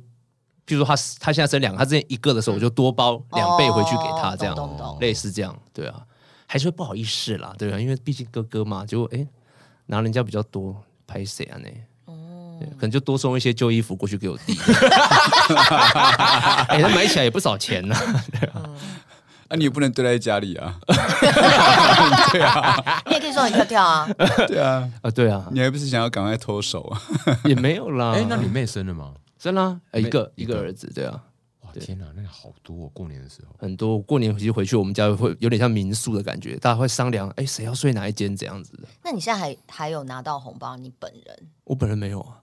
Speaker 5: 譬如说他他现在生两个，他之前一个的时候，我就多包两倍回去给他，这样、
Speaker 2: 嗯哦懂懂懂
Speaker 5: 类似这样，对啊，还是会不好意思啦，对啊，因为毕竟哥哥嘛，结果哎、诶拿人家比较多，拍谁啊呢？
Speaker 2: 哦
Speaker 5: 对可能就多送一些旧衣服过去给我 弟，哎、他买起来也不少钱呢、
Speaker 3: 啊，你也不能堆在家里啊，
Speaker 2: 你也可以说你跳跳 啊，
Speaker 3: 对啊，
Speaker 5: 啊，对啊，
Speaker 3: 你还不是想要赶快脱手啊？
Speaker 5: 也没有啦，
Speaker 1: 哎，那你妹生了吗？
Speaker 5: 真的、啊哎一个
Speaker 1: 没
Speaker 5: 一
Speaker 1: 一个
Speaker 5: 个儿子，对啊，
Speaker 1: 哇，天哪，那个好多哦！过年的时候，
Speaker 5: 很多过年回去回去，我们家会有点像民宿的感觉，大家会商量，哎，谁要睡哪一间这样子的。
Speaker 2: 那你现在还还有拿到红包？你本人？
Speaker 5: 我本人没有啊，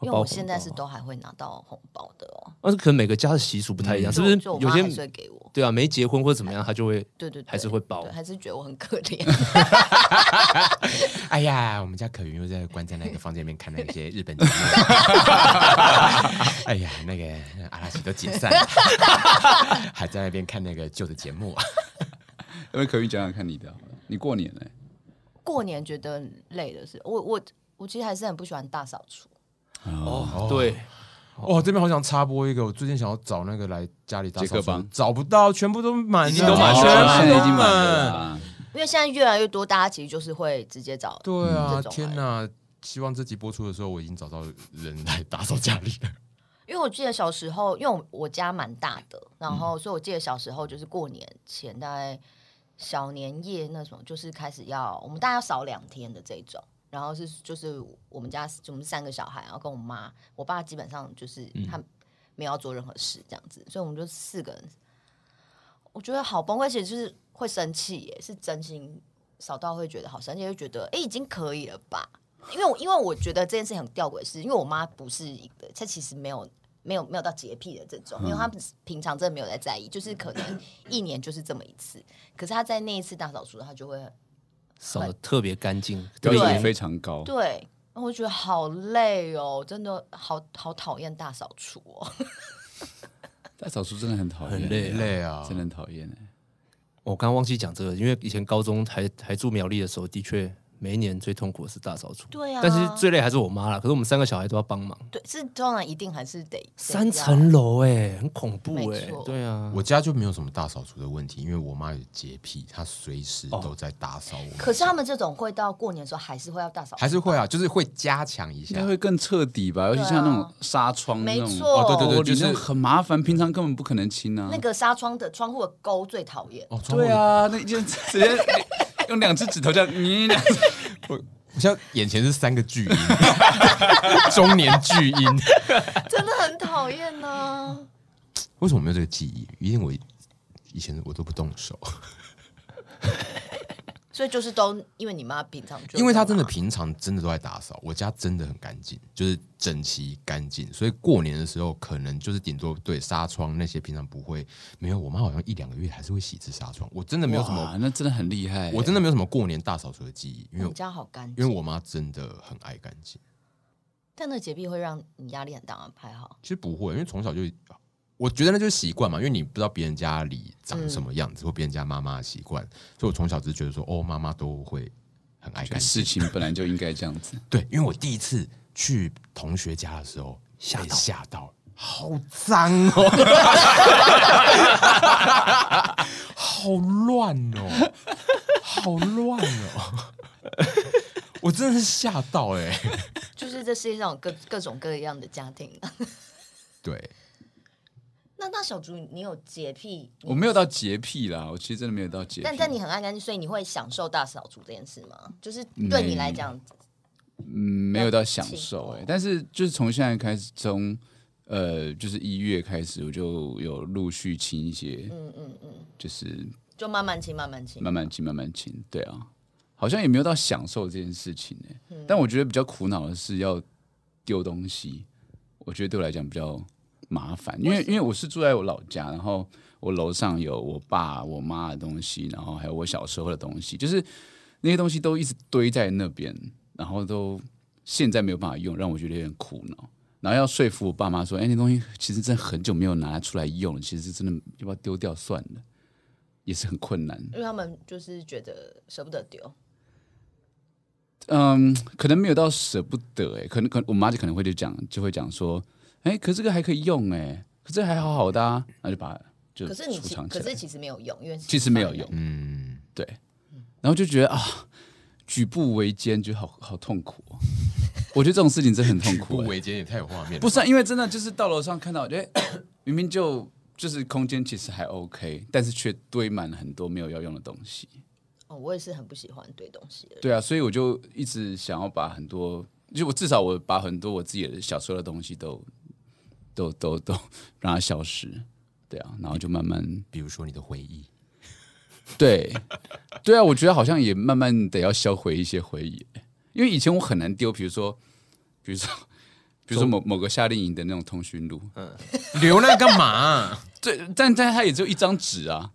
Speaker 2: 因为
Speaker 5: 包
Speaker 2: 我
Speaker 5: 红
Speaker 2: 现在是
Speaker 5: 包啊，
Speaker 2: 都还会拿到红包的哦，
Speaker 5: 但是可能每个家的习俗不太一样，是不
Speaker 2: 嗯就是就我
Speaker 5: 有
Speaker 2: 妈还是
Speaker 5: 些
Speaker 2: 会给我？
Speaker 5: 对啊，没结婚或者怎么样，他就会
Speaker 2: 对对对，
Speaker 5: 还是会包
Speaker 2: 对，还是觉得我很可怜。
Speaker 1: 哎呀，我们家可云又在关在那个房间里面看那些日 本节目。哎呀，那个阿拉西都解 散了，还在那边看那个旧的节目。
Speaker 3: 要不然可以讲讲看你的好了，你过年呢？
Speaker 2: 过年觉得累的是，我我我其实还是很不喜欢大扫除。
Speaker 5: 哦，对，
Speaker 1: 哦，这边好想插播一个，我最近想要找那个来家里打
Speaker 3: 杰
Speaker 1: 扫
Speaker 3: 克帮
Speaker 1: 除，找不到，全部都满了，
Speaker 5: 已经都满
Speaker 1: 全
Speaker 5: 了
Speaker 1: 部
Speaker 3: 现
Speaker 1: 都
Speaker 3: 在已经满了啊
Speaker 1: 满。
Speaker 3: 啦。
Speaker 2: 因为现在越来越多，大家其实就是会直接找。
Speaker 1: 对啊，
Speaker 2: 这种
Speaker 1: 天哪！希望这集播出的时候，我已经找到人来打扫家里了。
Speaker 2: 因为我记得小时候，因为我我家蛮大的，然后所以我记得小时候就是过年前大概小年夜那种，就是开始要我们大概要扫两天的这种。然后是就是我们家我们三个小孩，然后跟我妈，我爸基本上就是他没有要做任何事这样子，所以我们就四个人，我觉得好崩溃，其实就是会生气耶，是真心扫到会觉得好生气，就觉得哎已经可以了吧。因为我因为我觉得这件事情很吊诡，是因为我妈不是一个，她其实没有没有没有到洁癖的这种，因为
Speaker 1: 嗯
Speaker 2: 她平常真的没有在在意，就是可能一年就是这么一次，可是她在那一次大扫除，她就会
Speaker 5: 扫的特别干净，
Speaker 3: 标
Speaker 5: 对
Speaker 3: 准也非常高，
Speaker 2: 对，然后我觉得好累哦，真的好好讨厌大扫除哦。
Speaker 3: 大扫除真的很讨厌，
Speaker 5: 很累啊
Speaker 1: 累啊
Speaker 3: 真！的很讨厌哎。
Speaker 5: 我刚刚忘记讲这个，因为以前高中还还住苗栗的时候，的确每一年最痛苦的是大扫除，
Speaker 2: 对啊
Speaker 5: 但是最累还是我妈啦。可是我们三个小孩都要帮忙，
Speaker 2: 对，是当然一定还是得
Speaker 5: 三，
Speaker 2: 得
Speaker 5: 层楼哎，很恐怖
Speaker 2: 没
Speaker 5: 哎
Speaker 2: 错，
Speaker 5: 对啊，
Speaker 1: 我家就没有什么大扫除的问题，因为我妈有洁癖，她随时
Speaker 3: 哦
Speaker 1: 都在打扫我们
Speaker 2: 要可是他们这种会到过年的时候还是会要大扫除，
Speaker 1: 还是会啊，就是会加强一
Speaker 3: 应
Speaker 1: 下
Speaker 3: 该。会更彻底吧，尤其像那种纱窗那
Speaker 2: 啊没
Speaker 3: 种，
Speaker 2: 错哦对
Speaker 1: 对对
Speaker 3: 玻璃
Speaker 1: 就是
Speaker 3: 那种很麻烦，平常根本不可能清啊。
Speaker 2: 那个纱窗的窗户的沟最讨厌。
Speaker 1: 哦，窗户
Speaker 3: 对，啊，那就直接用两只指头 这样，嗯你两只
Speaker 1: 我现在眼前是三个巨 婴，中年巨婴。
Speaker 2: 真的很讨厌呢。
Speaker 1: 为什么我没有这个记忆？因为我以前我都不动手，
Speaker 2: 所以就是都因为你妈平常就
Speaker 1: 因为他真的
Speaker 2: 有嘛
Speaker 1: 平常真的都在打扫，我家真的很干净，就是整齐干净，所以过年的时候可能就是顶多对纱窗那些平常不会，没有，我妈好像一两个月还是会洗一次纱窗，我真的没有什
Speaker 3: 哇
Speaker 1: 么，
Speaker 3: 那真的很厉害欸、
Speaker 1: 我真的没有什么过年大扫除的记忆，因为
Speaker 2: 我们家好干
Speaker 1: 因为
Speaker 2: 净，
Speaker 1: 我妈真的很爱干净，
Speaker 2: 但那洁癖会让你压力很大吗，还好。
Speaker 1: 其实不会，因为从小就。我觉得那就是习惯嘛，因为你不知道别人家里长什么
Speaker 3: 嗯
Speaker 1: 样子，或别人家妈妈的习惯，所以我从小只是觉得说，哦，妈妈都会很爱
Speaker 3: 觉得
Speaker 1: 干净。
Speaker 3: 事哎情本来就应该这样子。
Speaker 1: 对，因为我第一次去同学家的时候，
Speaker 5: 吓
Speaker 1: 被
Speaker 5: 到
Speaker 1: 吓到，好脏哦， 好乱哦，好乱哦， 我真的是吓到哎、
Speaker 2: 就是这世界上有各各种各样的家庭。
Speaker 1: 对，
Speaker 2: 那那小竹，你有洁癖，
Speaker 3: 我没有到洁癖啦，我其实真的没有到洁癖。
Speaker 2: 但但你很爱干净，所以你会享受大扫除这件事吗？就是对你来讲，
Speaker 3: 嗯，没有到享
Speaker 2: 气
Speaker 3: 受
Speaker 2: 哦
Speaker 3: 哎、但是就是从现在开始，从呃就是一月开始，我就有陆续清一些，嗯嗯嗯，就是
Speaker 2: 就慢慢清，慢慢清。
Speaker 3: 慢慢清，慢慢清，对啊，好像也没有到享受这件事情哎、
Speaker 2: 嗯
Speaker 3: 但我觉得比较苦恼的是要丢东西，我觉得对我来讲比较麻烦，因为因为我是住在我老家，然后我楼上有我爸、我妈的东西，然后还有我小时候的东西，就是那些东西都一直堆在那边，然后都现在没有办法用，让我觉得有点苦恼。然后要说服我爸妈说，哎，那东西其实真的很久没有拿出来用了，其实真的要不要丢掉算了，也是很困难。
Speaker 2: 因为他们就是觉得舍不得丢，
Speaker 3: 嗯，可能没有到舍不得哎、可能可能我妈就可能会就讲就会讲说，哎、可这个还可以用哎、可这个还好好的啊，那就把它就
Speaker 2: 可是你
Speaker 3: 储
Speaker 2: 其
Speaker 3: 藏起
Speaker 2: 可
Speaker 3: 来。
Speaker 2: 是其实没有用，因为
Speaker 3: 其实没有用，
Speaker 1: 嗯，
Speaker 3: 对，然后就觉得啊，举步维艰，就好好痛苦、哦。 我觉得这种事情真的很痛
Speaker 1: 举步
Speaker 3: 苦、欸，
Speaker 1: 维艰也太有画面了，
Speaker 3: 不是、啊、因为真的就是到楼上看到，哎、 明明就就是空间其实还 OK，但是却堆满了很多没有要用的东西。
Speaker 2: 哦，我也是很不喜欢堆东西的人。
Speaker 3: 对啊，所以我就一直想要把很多，就我至少我把很多我自己的小时候的东西都都都都让它消失，对啊，然后就慢慢
Speaker 1: 比如说你的回忆，
Speaker 3: 对对啊，我觉得好像也慢慢得要销毁一些回忆，因为以前我很难丢，比如说比如说比如说某某个夏令营的那种通讯录，
Speaker 1: 留那干嘛、
Speaker 3: 对，但但它也只有一张纸啊，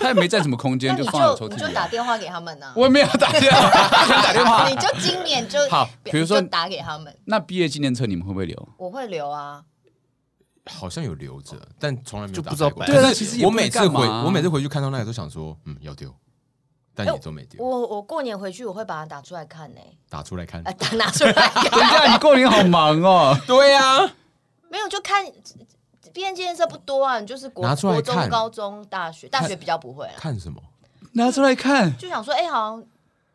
Speaker 3: 它也没占什么空
Speaker 2: 那
Speaker 3: 间，
Speaker 2: 你
Speaker 3: 放在我
Speaker 2: 就
Speaker 3: 抽
Speaker 2: 你
Speaker 3: 屉
Speaker 2: 就
Speaker 3: 里
Speaker 2: 打
Speaker 3: 啊。
Speaker 2: 电话给他们 呢、
Speaker 3: 我没有打电话，
Speaker 2: 打电话，你就今年就
Speaker 3: 好比如说
Speaker 2: 就打给他们，
Speaker 3: 那毕业纪念册你们会不 会留？
Speaker 2: 我会留啊。
Speaker 1: 好像有留着，但从来没有
Speaker 5: 就
Speaker 1: 打
Speaker 5: 不知
Speaker 1: 开
Speaker 5: 道
Speaker 1: 过
Speaker 5: 摆
Speaker 1: 可
Speaker 3: 对啊
Speaker 1: 是
Speaker 3: 其实也
Speaker 1: 我
Speaker 3: 不能
Speaker 1: 每次
Speaker 3: 干嘛
Speaker 1: 回
Speaker 3: 啊
Speaker 1: 我每次回去看到那个都想说，嗯，要丢，但也都没丢，
Speaker 2: 我我过年回去我会把它打出来看呢、
Speaker 1: 打出来看。
Speaker 3: 哎
Speaker 2: 呃，打拿出来看，
Speaker 3: 等一下，你过年好忙哦。
Speaker 1: 对呀、
Speaker 2: 没有就看。边界色不多啊，你就是国
Speaker 1: 拿出来
Speaker 2: 国中、
Speaker 1: 看
Speaker 2: 高中、大学，大学比较不会啦。
Speaker 1: 看什么？
Speaker 3: 拿出来 看。
Speaker 2: 就想说，哎、好像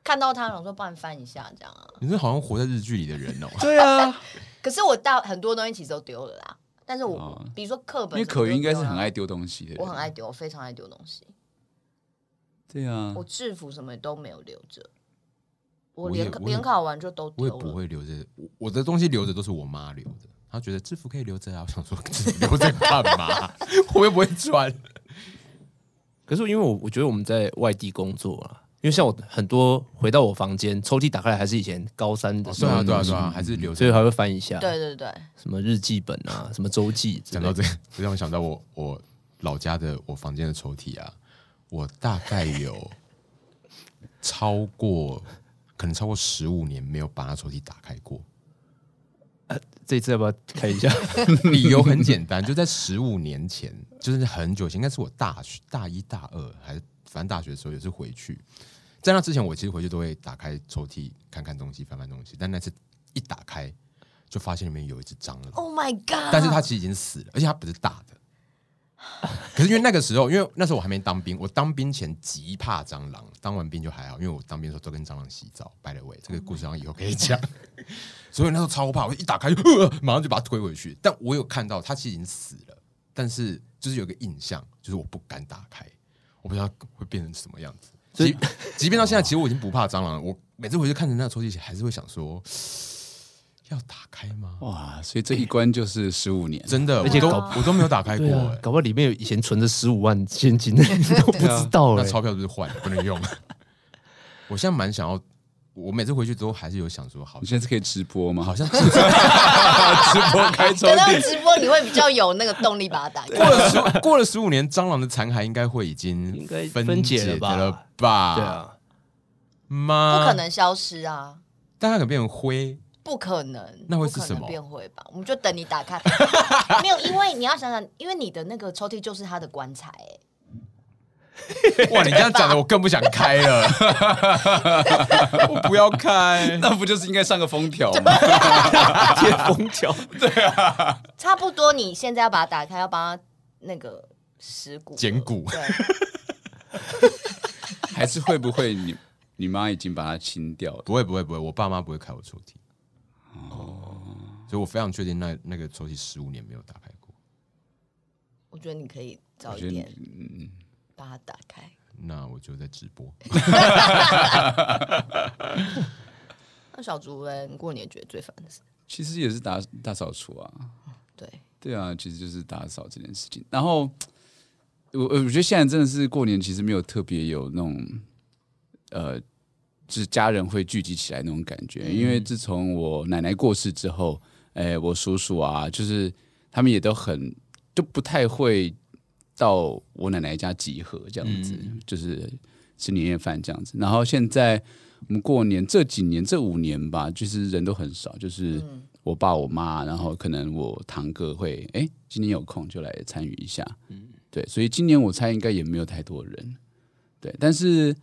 Speaker 2: 看到他，想说帮你翻一下这样啊。
Speaker 1: 你是好像活在日剧里的人哦、
Speaker 3: 对啊，
Speaker 2: 可是我大很多东西其实都丢了啦，但是我、
Speaker 3: 哦
Speaker 2: 比如说课
Speaker 3: 因
Speaker 2: 本，
Speaker 3: 为可云应该是很，爱丢东西的人。
Speaker 2: 啊我很爱。丢，我非常爱丢东西，
Speaker 3: 对啊
Speaker 2: 我，制服什么都没有留着，我
Speaker 1: 嗯我
Speaker 2: 联
Speaker 1: 也
Speaker 2: 考
Speaker 1: 我也
Speaker 2: 联考完就都
Speaker 1: 我
Speaker 2: 丢
Speaker 1: 也
Speaker 2: 了，
Speaker 1: 不会留着，我我的东西留着都是我妈留的。她觉得制服可以留着啊，我想说制服留着干嘛？ 我又不会穿。
Speaker 5: 可是因为我我觉得我们在外地工作啊，因为像我很多回到我房间，抽屉打开来还是以前高三
Speaker 3: 哦
Speaker 5: 的时
Speaker 1: 对
Speaker 5: 候
Speaker 1: 啊，
Speaker 5: 的
Speaker 1: 对啊，
Speaker 5: 东西，
Speaker 1: 对
Speaker 3: 嗯
Speaker 1: 啊，还是留
Speaker 5: 所以
Speaker 1: 着。
Speaker 5: 还会翻一下，
Speaker 2: 对对对，
Speaker 5: 什么日记本啊，什么周记之
Speaker 1: 讲
Speaker 5: 类
Speaker 1: 到
Speaker 5: 的。
Speaker 1: 这个，就让我想到我我老家的我房间的抽屉啊，我大概 有超过可能超过十五年没有把那抽屉打开过。
Speaker 5: 这次要不要 看一下？
Speaker 1: 理由很简单，就在十五年前，就是很久前，应该是我大学大一大二还是反正大学的时候，有次回去。在那之前，我其实回去都会打开抽屉看看东西，翻翻东西。但那次一打开，就发现里面有一只蟑螂，
Speaker 2: Oh my god！
Speaker 1: 但是它其实已经死了，而且它不是大 的。可是因为那个时候，因为那时候我还没当兵，我当兵前极怕蟑螂，当完兵就还好，因为我当兵的时候都跟蟑螂洗澡。By the way，这个故事好像以后可以讲。
Speaker 5: 嗯
Speaker 1: 所以那时候超怕，我一打开就、呃、马上就把它推回去。但我有看到它其实已经死了，但是就是有一个印象，就是我不敢打开，我不知道会变成什么样子。
Speaker 5: 所以
Speaker 1: 即即便到现在，其实我已经不怕蟑螂了。我每次回去看着那个抽屉，还是会想说，要打开吗？
Speaker 3: 哇，所以这一关就是十五年。
Speaker 1: 真的，
Speaker 5: 而且
Speaker 1: 我都
Speaker 5: 搞
Speaker 1: 我都没有打开过、
Speaker 5: 对
Speaker 1: 欸
Speaker 5: 啊， 搞 不好里面有以前存的十五万现金都不知道
Speaker 1: 啊那
Speaker 5: 哎、
Speaker 1: 钞票是不是换了不能用？我现在蛮想要，我每次回去都还是有想说，好
Speaker 3: 你，现在是可以直播吗？
Speaker 1: 好像
Speaker 3: 直播开抽
Speaker 2: 等到
Speaker 3: 屉，
Speaker 2: 直播你会比较有那个动力把它打 开。
Speaker 1: 过了十过了十五年，蟑螂的残骸应该会已经
Speaker 5: 应该
Speaker 1: 分
Speaker 5: 分解
Speaker 1: 解
Speaker 5: 了吧
Speaker 1: 了吧？
Speaker 5: 对，啊，
Speaker 1: 妈，
Speaker 2: 不可，能消失啊！
Speaker 1: 但它可能变成 灰。
Speaker 2: 不可能，
Speaker 1: 那会
Speaker 2: 不
Speaker 1: 是
Speaker 2: 可
Speaker 1: 什
Speaker 2: 能
Speaker 1: 么
Speaker 2: 变灰吧？我们就等你打 开。没有，因为你要想想，因为你的那个抽屉就是他的棺材、欸，
Speaker 1: 哇，你这样讲的我更不想开 了， 我不要开。
Speaker 3: 那不就是应该上个封条吗？
Speaker 5: 啊 贴封 条，
Speaker 2: 差不多。你现在要把它打开，要帮他那个尸骨
Speaker 1: 剪骨
Speaker 2: 对，
Speaker 3: 还是会不会你你妈已经把它清掉了？
Speaker 1: 不会不会不会，我爸妈不会开我抽屉。哦，所以我非常确定那那个抽屉十五年没有打开过。
Speaker 2: 我觉得你可以早
Speaker 3: 我
Speaker 2: 一
Speaker 3: 觉得
Speaker 2: 点
Speaker 3: 嗯，
Speaker 2: 把它打开。
Speaker 1: 那我就在直播。
Speaker 2: 那小竹人过年觉得最烦的是，
Speaker 3: 其实也是打大扫除啊。
Speaker 2: 对，
Speaker 3: 对啊，其实就是打扫这件事情。然后我呃我觉得现在真的是过年，其实没有特别有那种呃，就是家人会聚集起来那种感觉。因为自从我奶奶过世之后，哎，我叔叔啊，就是他们也都很就不太会到我奶奶家集合这样子，就是吃年夜饭这样子。然后现在我们过年这几年这五年吧，就是人都很少，就是
Speaker 1: 嗯
Speaker 3: 我爸我妈，然后可能我堂哥会哎、今天有空就来参与一下，
Speaker 1: 嗯
Speaker 3: 对，所以今年我猜应该也没有太多人，对，但是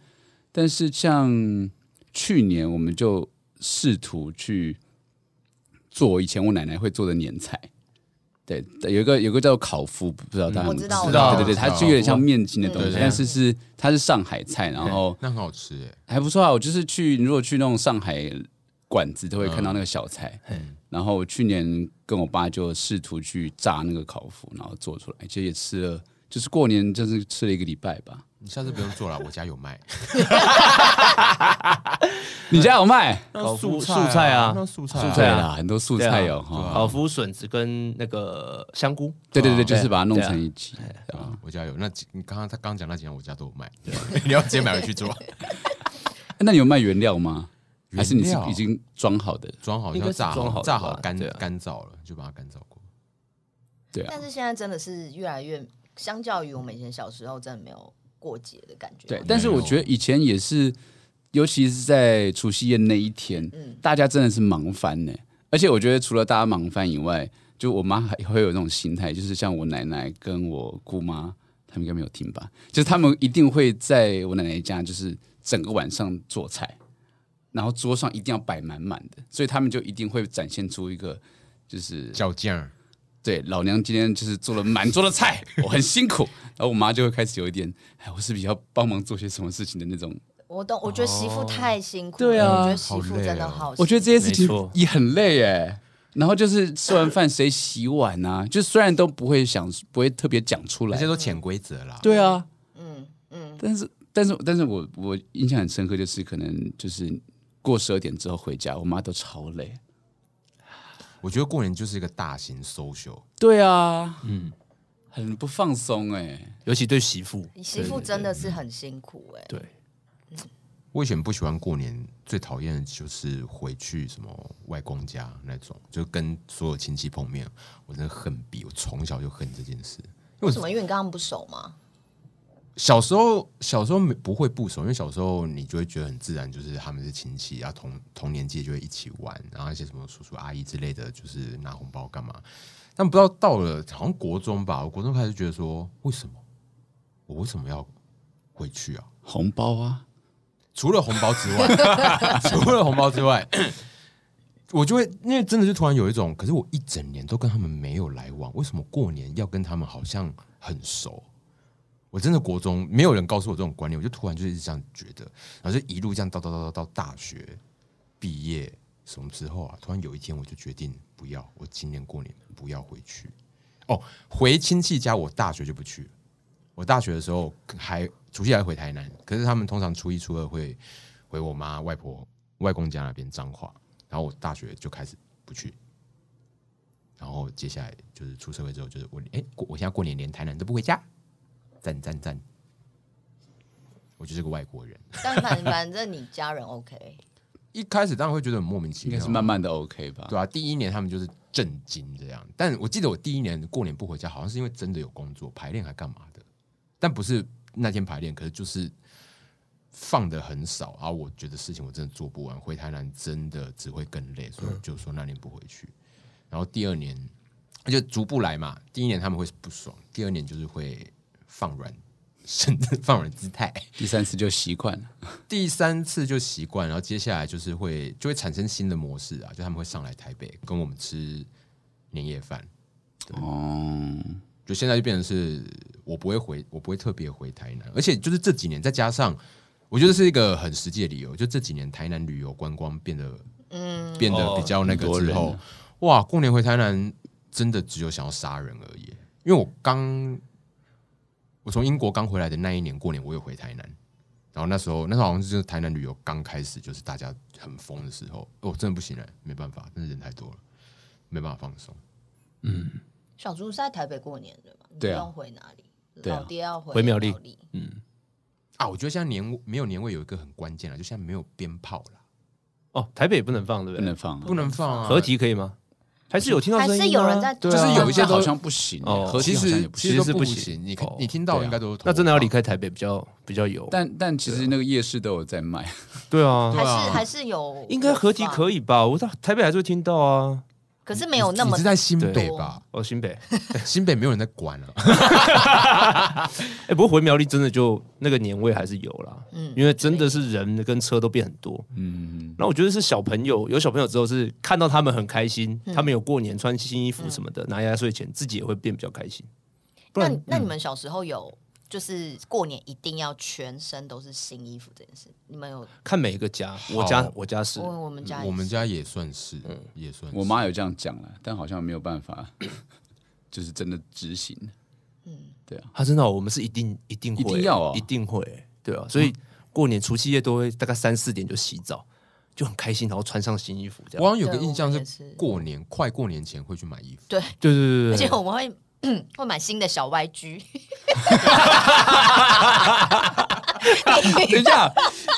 Speaker 3: 但是像去年我们就试图去做以前我奶奶会做的年菜。对，有一个有一个叫烤麸，不知道大家
Speaker 2: 我
Speaker 3: 们
Speaker 2: 知道
Speaker 3: 不
Speaker 1: 我知道
Speaker 3: 对对对，它
Speaker 1: 知道
Speaker 3: 就有点像面筋的东西
Speaker 1: 嗯，对
Speaker 3: 但是是它是上海菜，然后
Speaker 1: 那很好吃哎，
Speaker 3: 还不错啊。我就是去，如果去那种上海馆子，都会看到那个小菜。然后我去年跟我爸就试图去炸那个烤麸，然后做出来，其实也吃了，就是过年就是吃了一个礼拜吧。
Speaker 1: 你下次不用做 了，我家有卖。
Speaker 3: 你家有卖？
Speaker 1: 那
Speaker 5: 素素菜啊
Speaker 1: 那素菜
Speaker 5: 素
Speaker 3: 对
Speaker 5: 菜啊
Speaker 3: 啦，很多素菜
Speaker 1: 啊
Speaker 3: 有哈。
Speaker 5: 烤麸笋子跟那个香菇，
Speaker 3: 对对对，
Speaker 5: 对
Speaker 3: 就是把它弄成一起。哎
Speaker 1: 啊，我家有。那几你刚刚他刚讲那几样，我家都有卖。你要直接买回去做，
Speaker 3: 那你有卖原料吗？还是你
Speaker 1: 原
Speaker 3: 是
Speaker 1: 料
Speaker 3: 已经装好的？
Speaker 1: 装好
Speaker 5: 应该
Speaker 1: 要
Speaker 5: 是
Speaker 1: 炸
Speaker 5: 装好
Speaker 1: 好，
Speaker 5: 的
Speaker 1: 炸
Speaker 5: 吧
Speaker 1: 好干
Speaker 5: 对啊
Speaker 1: 干燥了，就把它干燥过。
Speaker 3: 对啊
Speaker 2: 但，是现在真的是越来越，相较于我们以前小时候，真的没有过节的感觉。
Speaker 3: 对，但是我觉得以前也是，尤其是在除夕夜那一天，
Speaker 2: 嗯
Speaker 3: 大家真的是忙翻呢。而且我觉得除了大家忙翻以外，就我妈还会有那种心态，就是像我奶奶跟我姑妈，他们应该没有听吧？就是他们一定会在我奶奶家，就是整个晚上做菜，然后桌上一定要摆满满的，所以他们就一定会展现出一个。就是
Speaker 1: 叫酱，
Speaker 3: 对，老娘今天就是做了满桌的菜， 我很辛苦。然后我妈就会开始有一点，哎，我是不是要帮忙做些什么事情的那种。
Speaker 2: 我懂，我觉得媳妇太辛苦了。
Speaker 3: 哦对啊
Speaker 2: 我觉得媳妇真的好辛苦。
Speaker 3: 我觉得这些事情
Speaker 5: 没错
Speaker 3: 也很累哎。然后就是吃完饭谁洗碗啊？就虽然都不会想，不会特别讲出
Speaker 1: 那
Speaker 3: 来
Speaker 1: 些。都潜规则啦。
Speaker 3: 对啊，
Speaker 2: 嗯嗯，
Speaker 3: 但是但是但是我我印象很深刻，就是可能就是过十二点之后回家，我妈都超累。
Speaker 1: 我觉得过年就是一个大型 social，
Speaker 3: 对啊，嗯，很不放松哎。
Speaker 5: 尤其对媳妇，
Speaker 2: 媳妇真的是很辛苦哎、
Speaker 5: 对，
Speaker 1: 我以前不喜欢过年，最讨厌的就是回去什么外公家那种，就跟所有亲戚碰面，我真的恨比，我从小就恨这件事。
Speaker 2: 为什么？因为你跟他们不熟嘛。
Speaker 1: 小时候，小时候没不会不熟，因为小时候你就会觉得很自然，就是他们是亲戚，然后同同年纪就会一起玩，然后一些什么叔叔阿姨之类的，就是拿红包干嘛。但不知道到了好像国中吧，我国中开始觉得说，为什么我为什么要回去啊？
Speaker 3: 红包啊，
Speaker 1: 除了红包之外，除了红包之外，我就会因为真的就突然有一种，可是我一整年都跟他们没有来往，为什么过年要跟他们好像很熟？我真的国中没有人告诉我这种观念，我就突然就是一直这样觉得，然后就一路这样到到到到到大学毕业什么之后啊，突然有一天我就决定不要，我今年过年不要回去。哦，回亲戚家，我大学就不去了。我大学的时候还除夕还回台南，可是他们通常初一初二会回我妈外婆外公家那边彰化，然后我大学就开始不去，然后接下来就是出社会之后，就是我哎、过我现在过年连台南都不回家，赞赞赞！我就是个外国人。
Speaker 2: 但反反正你家人 OK，
Speaker 1: 一开始当然会觉得很莫名其
Speaker 3: 应该
Speaker 1: 妙，
Speaker 3: 是慢慢的 OK 吧？
Speaker 1: 对啊，第一年他们就是震惊这样，但我记得我第一年过年不回家，好像是因为真的有工作排练还干嘛的，但不是那天排练，可是就是放的很少啊。我觉得事情我真的做不完，回台南真的只会更累，所以我就说那年不回去。然后第二年就逐步来嘛，第一年他们会不爽，第二年就是会放软， 甚至放软姿态。
Speaker 3: 第三次就习惯了，
Speaker 1: 第三次就习惯，然后接下来就是会就会产生新的模式啊，就他们会上来台北跟我们吃年夜饭。
Speaker 3: 哦，
Speaker 1: 就现在就变成是我不会回，我不会特别回台南，而且就是这几年再加上，我觉得是一个很实际的理由，就这几年台南旅游观光变得
Speaker 2: 嗯，
Speaker 1: 变得
Speaker 5: 哦
Speaker 1: 比较那个
Speaker 3: 很多
Speaker 1: 之
Speaker 3: 人
Speaker 1: 后，哇，过年回台南真的只有想要杀人而已。因为我刚我从英国刚回来的那一年过年，我有回台南，然后那时候那时候好像就是台南旅游刚开始，就是大家很疯的时候，哦，真的不行了、没办法，真的人太多了，没办法放松。
Speaker 2: 小猪是在台北过年对吧？你
Speaker 3: 对啊
Speaker 2: 不用回哪里？
Speaker 3: 对啊
Speaker 2: 老爹要回
Speaker 5: 回苗栗
Speaker 2: 苗栗，
Speaker 1: 啊，我觉得现在年味没有年味有一个很关键了，就现在没有鞭炮了，
Speaker 5: 哦，台北也不能放，对
Speaker 3: 不
Speaker 5: 不对
Speaker 3: 能？放，
Speaker 1: 不能放啊。
Speaker 5: 合集可以吗？还是有听到
Speaker 2: 还
Speaker 5: 声音啊？
Speaker 2: 是有人在，
Speaker 1: 对啊就是有一些
Speaker 3: 但
Speaker 1: 都
Speaker 3: 好像不行欸，
Speaker 5: 哦
Speaker 3: 合
Speaker 1: 其
Speaker 3: 体好像也
Speaker 1: 实其
Speaker 3: 不
Speaker 1: 实
Speaker 3: 行。
Speaker 5: 其实是
Speaker 1: 都
Speaker 5: 不
Speaker 1: 行，
Speaker 5: 行
Speaker 1: 你
Speaker 5: 哦
Speaker 1: 你听到
Speaker 3: 对啊
Speaker 1: 应该都是
Speaker 5: 那真的要离
Speaker 1: 开。
Speaker 5: 开台北比较比较有。
Speaker 3: 但但其实那个夜市都有在 卖，
Speaker 5: 对啊
Speaker 2: 还，
Speaker 1: 对啊
Speaker 2: 是还是有，
Speaker 5: 应该合集可
Speaker 2: 以，
Speaker 5: 以吧？我在台北还是会听到啊。
Speaker 2: 可是没有那
Speaker 1: 你
Speaker 2: 么
Speaker 1: 是在新
Speaker 5: 对
Speaker 1: 北吧？
Speaker 5: 哦，新 北，
Speaker 1: 新北没有人在管啊了、
Speaker 5: 哎、不过回苗栗真的就那个年味还是有啦，
Speaker 2: 嗯
Speaker 5: 因为真的是人跟车都变很多。
Speaker 3: 嗯，
Speaker 5: 然后我觉得是小朋友，有小朋友之后是看到他们很开心，
Speaker 2: 嗯
Speaker 5: 他们有过年穿新衣服什么的，拿压岁钱，自己也会变比较开心。不
Speaker 2: 那
Speaker 5: 然
Speaker 2: 那你们小时候有就是过年一定要全身都是新衣服这件事，你们有？
Speaker 5: 看每一个家，我家
Speaker 1: 好
Speaker 5: 我家是
Speaker 2: 我我们家也
Speaker 1: 我们
Speaker 2: 是
Speaker 1: 家也算是，也算是。
Speaker 3: 我妈有这样讲了，但好像没有办 法，就是真的执行。
Speaker 5: 他真的哦、我们是一定一定会
Speaker 3: 一定要哦
Speaker 5: 一定会，对啊，所以过年除夕夜都会大概三四点就洗澡，就很开心，然后穿上新衣服这
Speaker 1: 我
Speaker 5: 样。
Speaker 1: 好像有个
Speaker 2: 对
Speaker 1: 印象
Speaker 2: 我们也
Speaker 1: 是
Speaker 2: 是
Speaker 1: 过年快过年前会去买衣服，
Speaker 2: 对，
Speaker 5: 对对
Speaker 2: 而
Speaker 5: 对对
Speaker 2: 且
Speaker 5: 对，
Speaker 2: 我们会会 买新的小 YG，
Speaker 3: 等一下，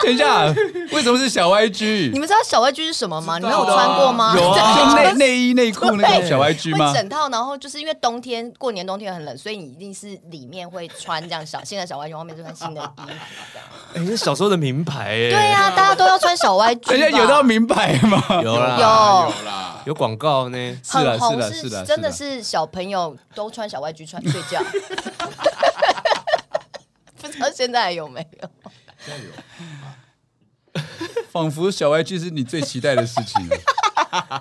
Speaker 3: 等一下，为什么是小 YG？
Speaker 2: 你们知道小 YG 是什么吗？你
Speaker 1: 知
Speaker 2: 们
Speaker 1: 道
Speaker 2: 有
Speaker 1: 啊
Speaker 2: 穿过吗？
Speaker 3: 有 啊，就内内衣内裤那个
Speaker 2: 对
Speaker 3: 小 YG 吗
Speaker 2: 会？ 整套，然后就是因为冬天过年冬天很冷，所以你一定是里面会穿这样小新的小 YG，外面就穿新的衣服这样。
Speaker 5: 哎、那小时候的名牌哎、
Speaker 2: 对啊呀、大家都要穿小 YG 吧。
Speaker 3: 人家哎有到明白吗？
Speaker 5: 有啦
Speaker 2: 有
Speaker 3: 啊
Speaker 1: 啦，
Speaker 5: 有嗯广告呢。
Speaker 3: 是
Speaker 2: 很
Speaker 3: 啦
Speaker 2: 红
Speaker 3: 是啦是啦
Speaker 2: 真的
Speaker 3: 是
Speaker 2: 是小朋友都穿小 YG 穿睡觉。不知道现在还有没有？
Speaker 3: 仿佛小 YG 是你最期待的事情了。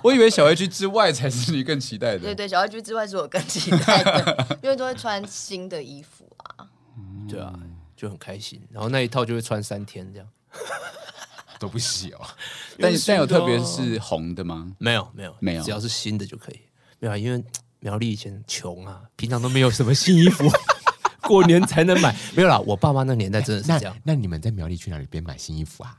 Speaker 3: 我以为小 YG 之外才是你更期待
Speaker 2: 对
Speaker 3: 的。
Speaker 2: 对，小 YG 之外是我更期待的，因为都会穿新的衣服啊。
Speaker 5: 对啊，就很开心。然后那一套就会穿三天这样。
Speaker 1: 都不洗 哦。
Speaker 3: 但
Speaker 5: 有新
Speaker 3: 但有
Speaker 5: 的
Speaker 3: 特别
Speaker 5: 哦
Speaker 3: 是红的吗？
Speaker 5: 没有没有
Speaker 3: 没有
Speaker 5: 只要是新的就可以。没有、啊，因为苗栗以前穷啊，平常都没有什么新衣 服，过年才能买。没有啦，我爸妈那年代真的是
Speaker 1: 那
Speaker 5: 这样。
Speaker 1: 那你们在苗栗去哪里边买新衣服啊？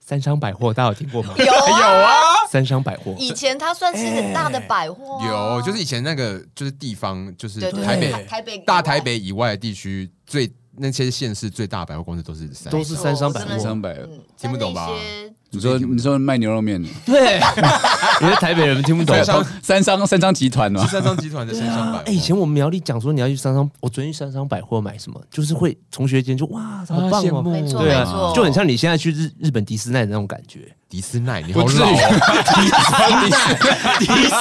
Speaker 5: 三商百货大家有听过吗？
Speaker 2: 有啊，
Speaker 5: 三商百货
Speaker 2: 以前它算是很大的百货啊、
Speaker 1: 有，就是以前那个就是地方，就是
Speaker 2: 对对对
Speaker 1: 台
Speaker 5: 对
Speaker 1: 北
Speaker 2: 台北以外
Speaker 1: 大台北以外的地区最那些县市最大的百货公司都是三
Speaker 5: 都是
Speaker 2: 错
Speaker 5: 三商百
Speaker 2: 真的
Speaker 5: 货
Speaker 2: 是。
Speaker 3: 三百，
Speaker 2: 嗯，
Speaker 1: 听不懂吧
Speaker 2: 在那些
Speaker 3: 你说你说卖牛肉面的，
Speaker 5: 对， 因为台北人听不懂
Speaker 3: 三。商三商三商集团嘛
Speaker 1: 是，三商集团的三商百
Speaker 5: 哎、
Speaker 1: 货。
Speaker 5: 以前我们苗栗讲说你要去三商，我昨天去三商百货买什么，就是会同学间就哇，好棒
Speaker 1: 羡慕
Speaker 5: 哦，
Speaker 2: 没错
Speaker 5: 对
Speaker 2: 没
Speaker 5: 啊
Speaker 2: 错，，
Speaker 5: 就很像你现在去日日本迪士尼的那种感觉。
Speaker 1: 迪斯奈，你好
Speaker 3: 不至于
Speaker 1: 老哦，
Speaker 5: 迪士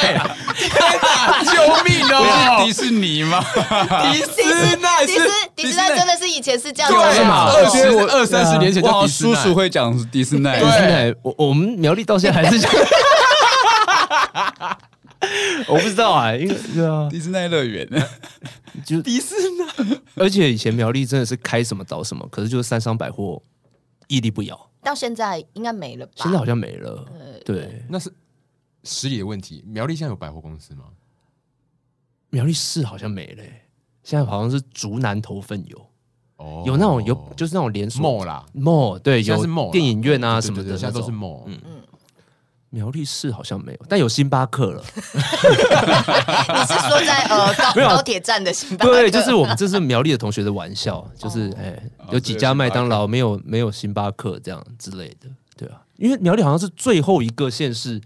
Speaker 5: 奈，
Speaker 1: 救命
Speaker 3: 不
Speaker 1: 哦！
Speaker 3: 是迪士尼吗？
Speaker 1: 迪斯奈
Speaker 2: 迪士迪士尼真的是以前是这样子
Speaker 5: 对啊
Speaker 1: 二十二三十年前
Speaker 3: 我
Speaker 1: 叫
Speaker 3: 好
Speaker 1: 迪
Speaker 3: 像
Speaker 1: 斯
Speaker 3: 叔
Speaker 1: 奈
Speaker 3: 叔，会讲迪士尼，
Speaker 5: 迪士奈，我我们苗栗到现在还是这样。我不知道啊，因为对啊，
Speaker 3: 迪士尼乐园，
Speaker 5: 就
Speaker 1: 迪斯奈，
Speaker 5: 而且以前苗栗真的是开什么倒什么，可是就是三商百货屹立不摇，
Speaker 2: 到现在应该没了吧？
Speaker 5: 现在好像没了。对，
Speaker 1: 那是十里的问题。苗栗现在有百货公司吗？
Speaker 5: 苗栗市好像没了欸、现在好像是竹南头份有，
Speaker 1: 哦
Speaker 5: 有那种有就是那种连锁
Speaker 1: mall 啦，
Speaker 5: mall，对，
Speaker 1: 现在是 mall
Speaker 5: 有
Speaker 1: 啦
Speaker 5: 电影院啊
Speaker 1: 对
Speaker 5: 什么
Speaker 1: 对对
Speaker 5: 的，
Speaker 1: 现在都是
Speaker 5: 那种
Speaker 1: mall。嗯，
Speaker 5: 苗栗市好像没有，但有星巴克了。
Speaker 2: 你是说在呃高
Speaker 5: 没有啊
Speaker 2: 高铁站的 哦星巴克？
Speaker 5: 对，啊就是我们这是苗栗的同学的 玩笑，就是哎、
Speaker 3: 哦
Speaker 5: 有几家麦当劳没有没有星巴克这样之类的，对啊，因为苗栗好像是最后一个县市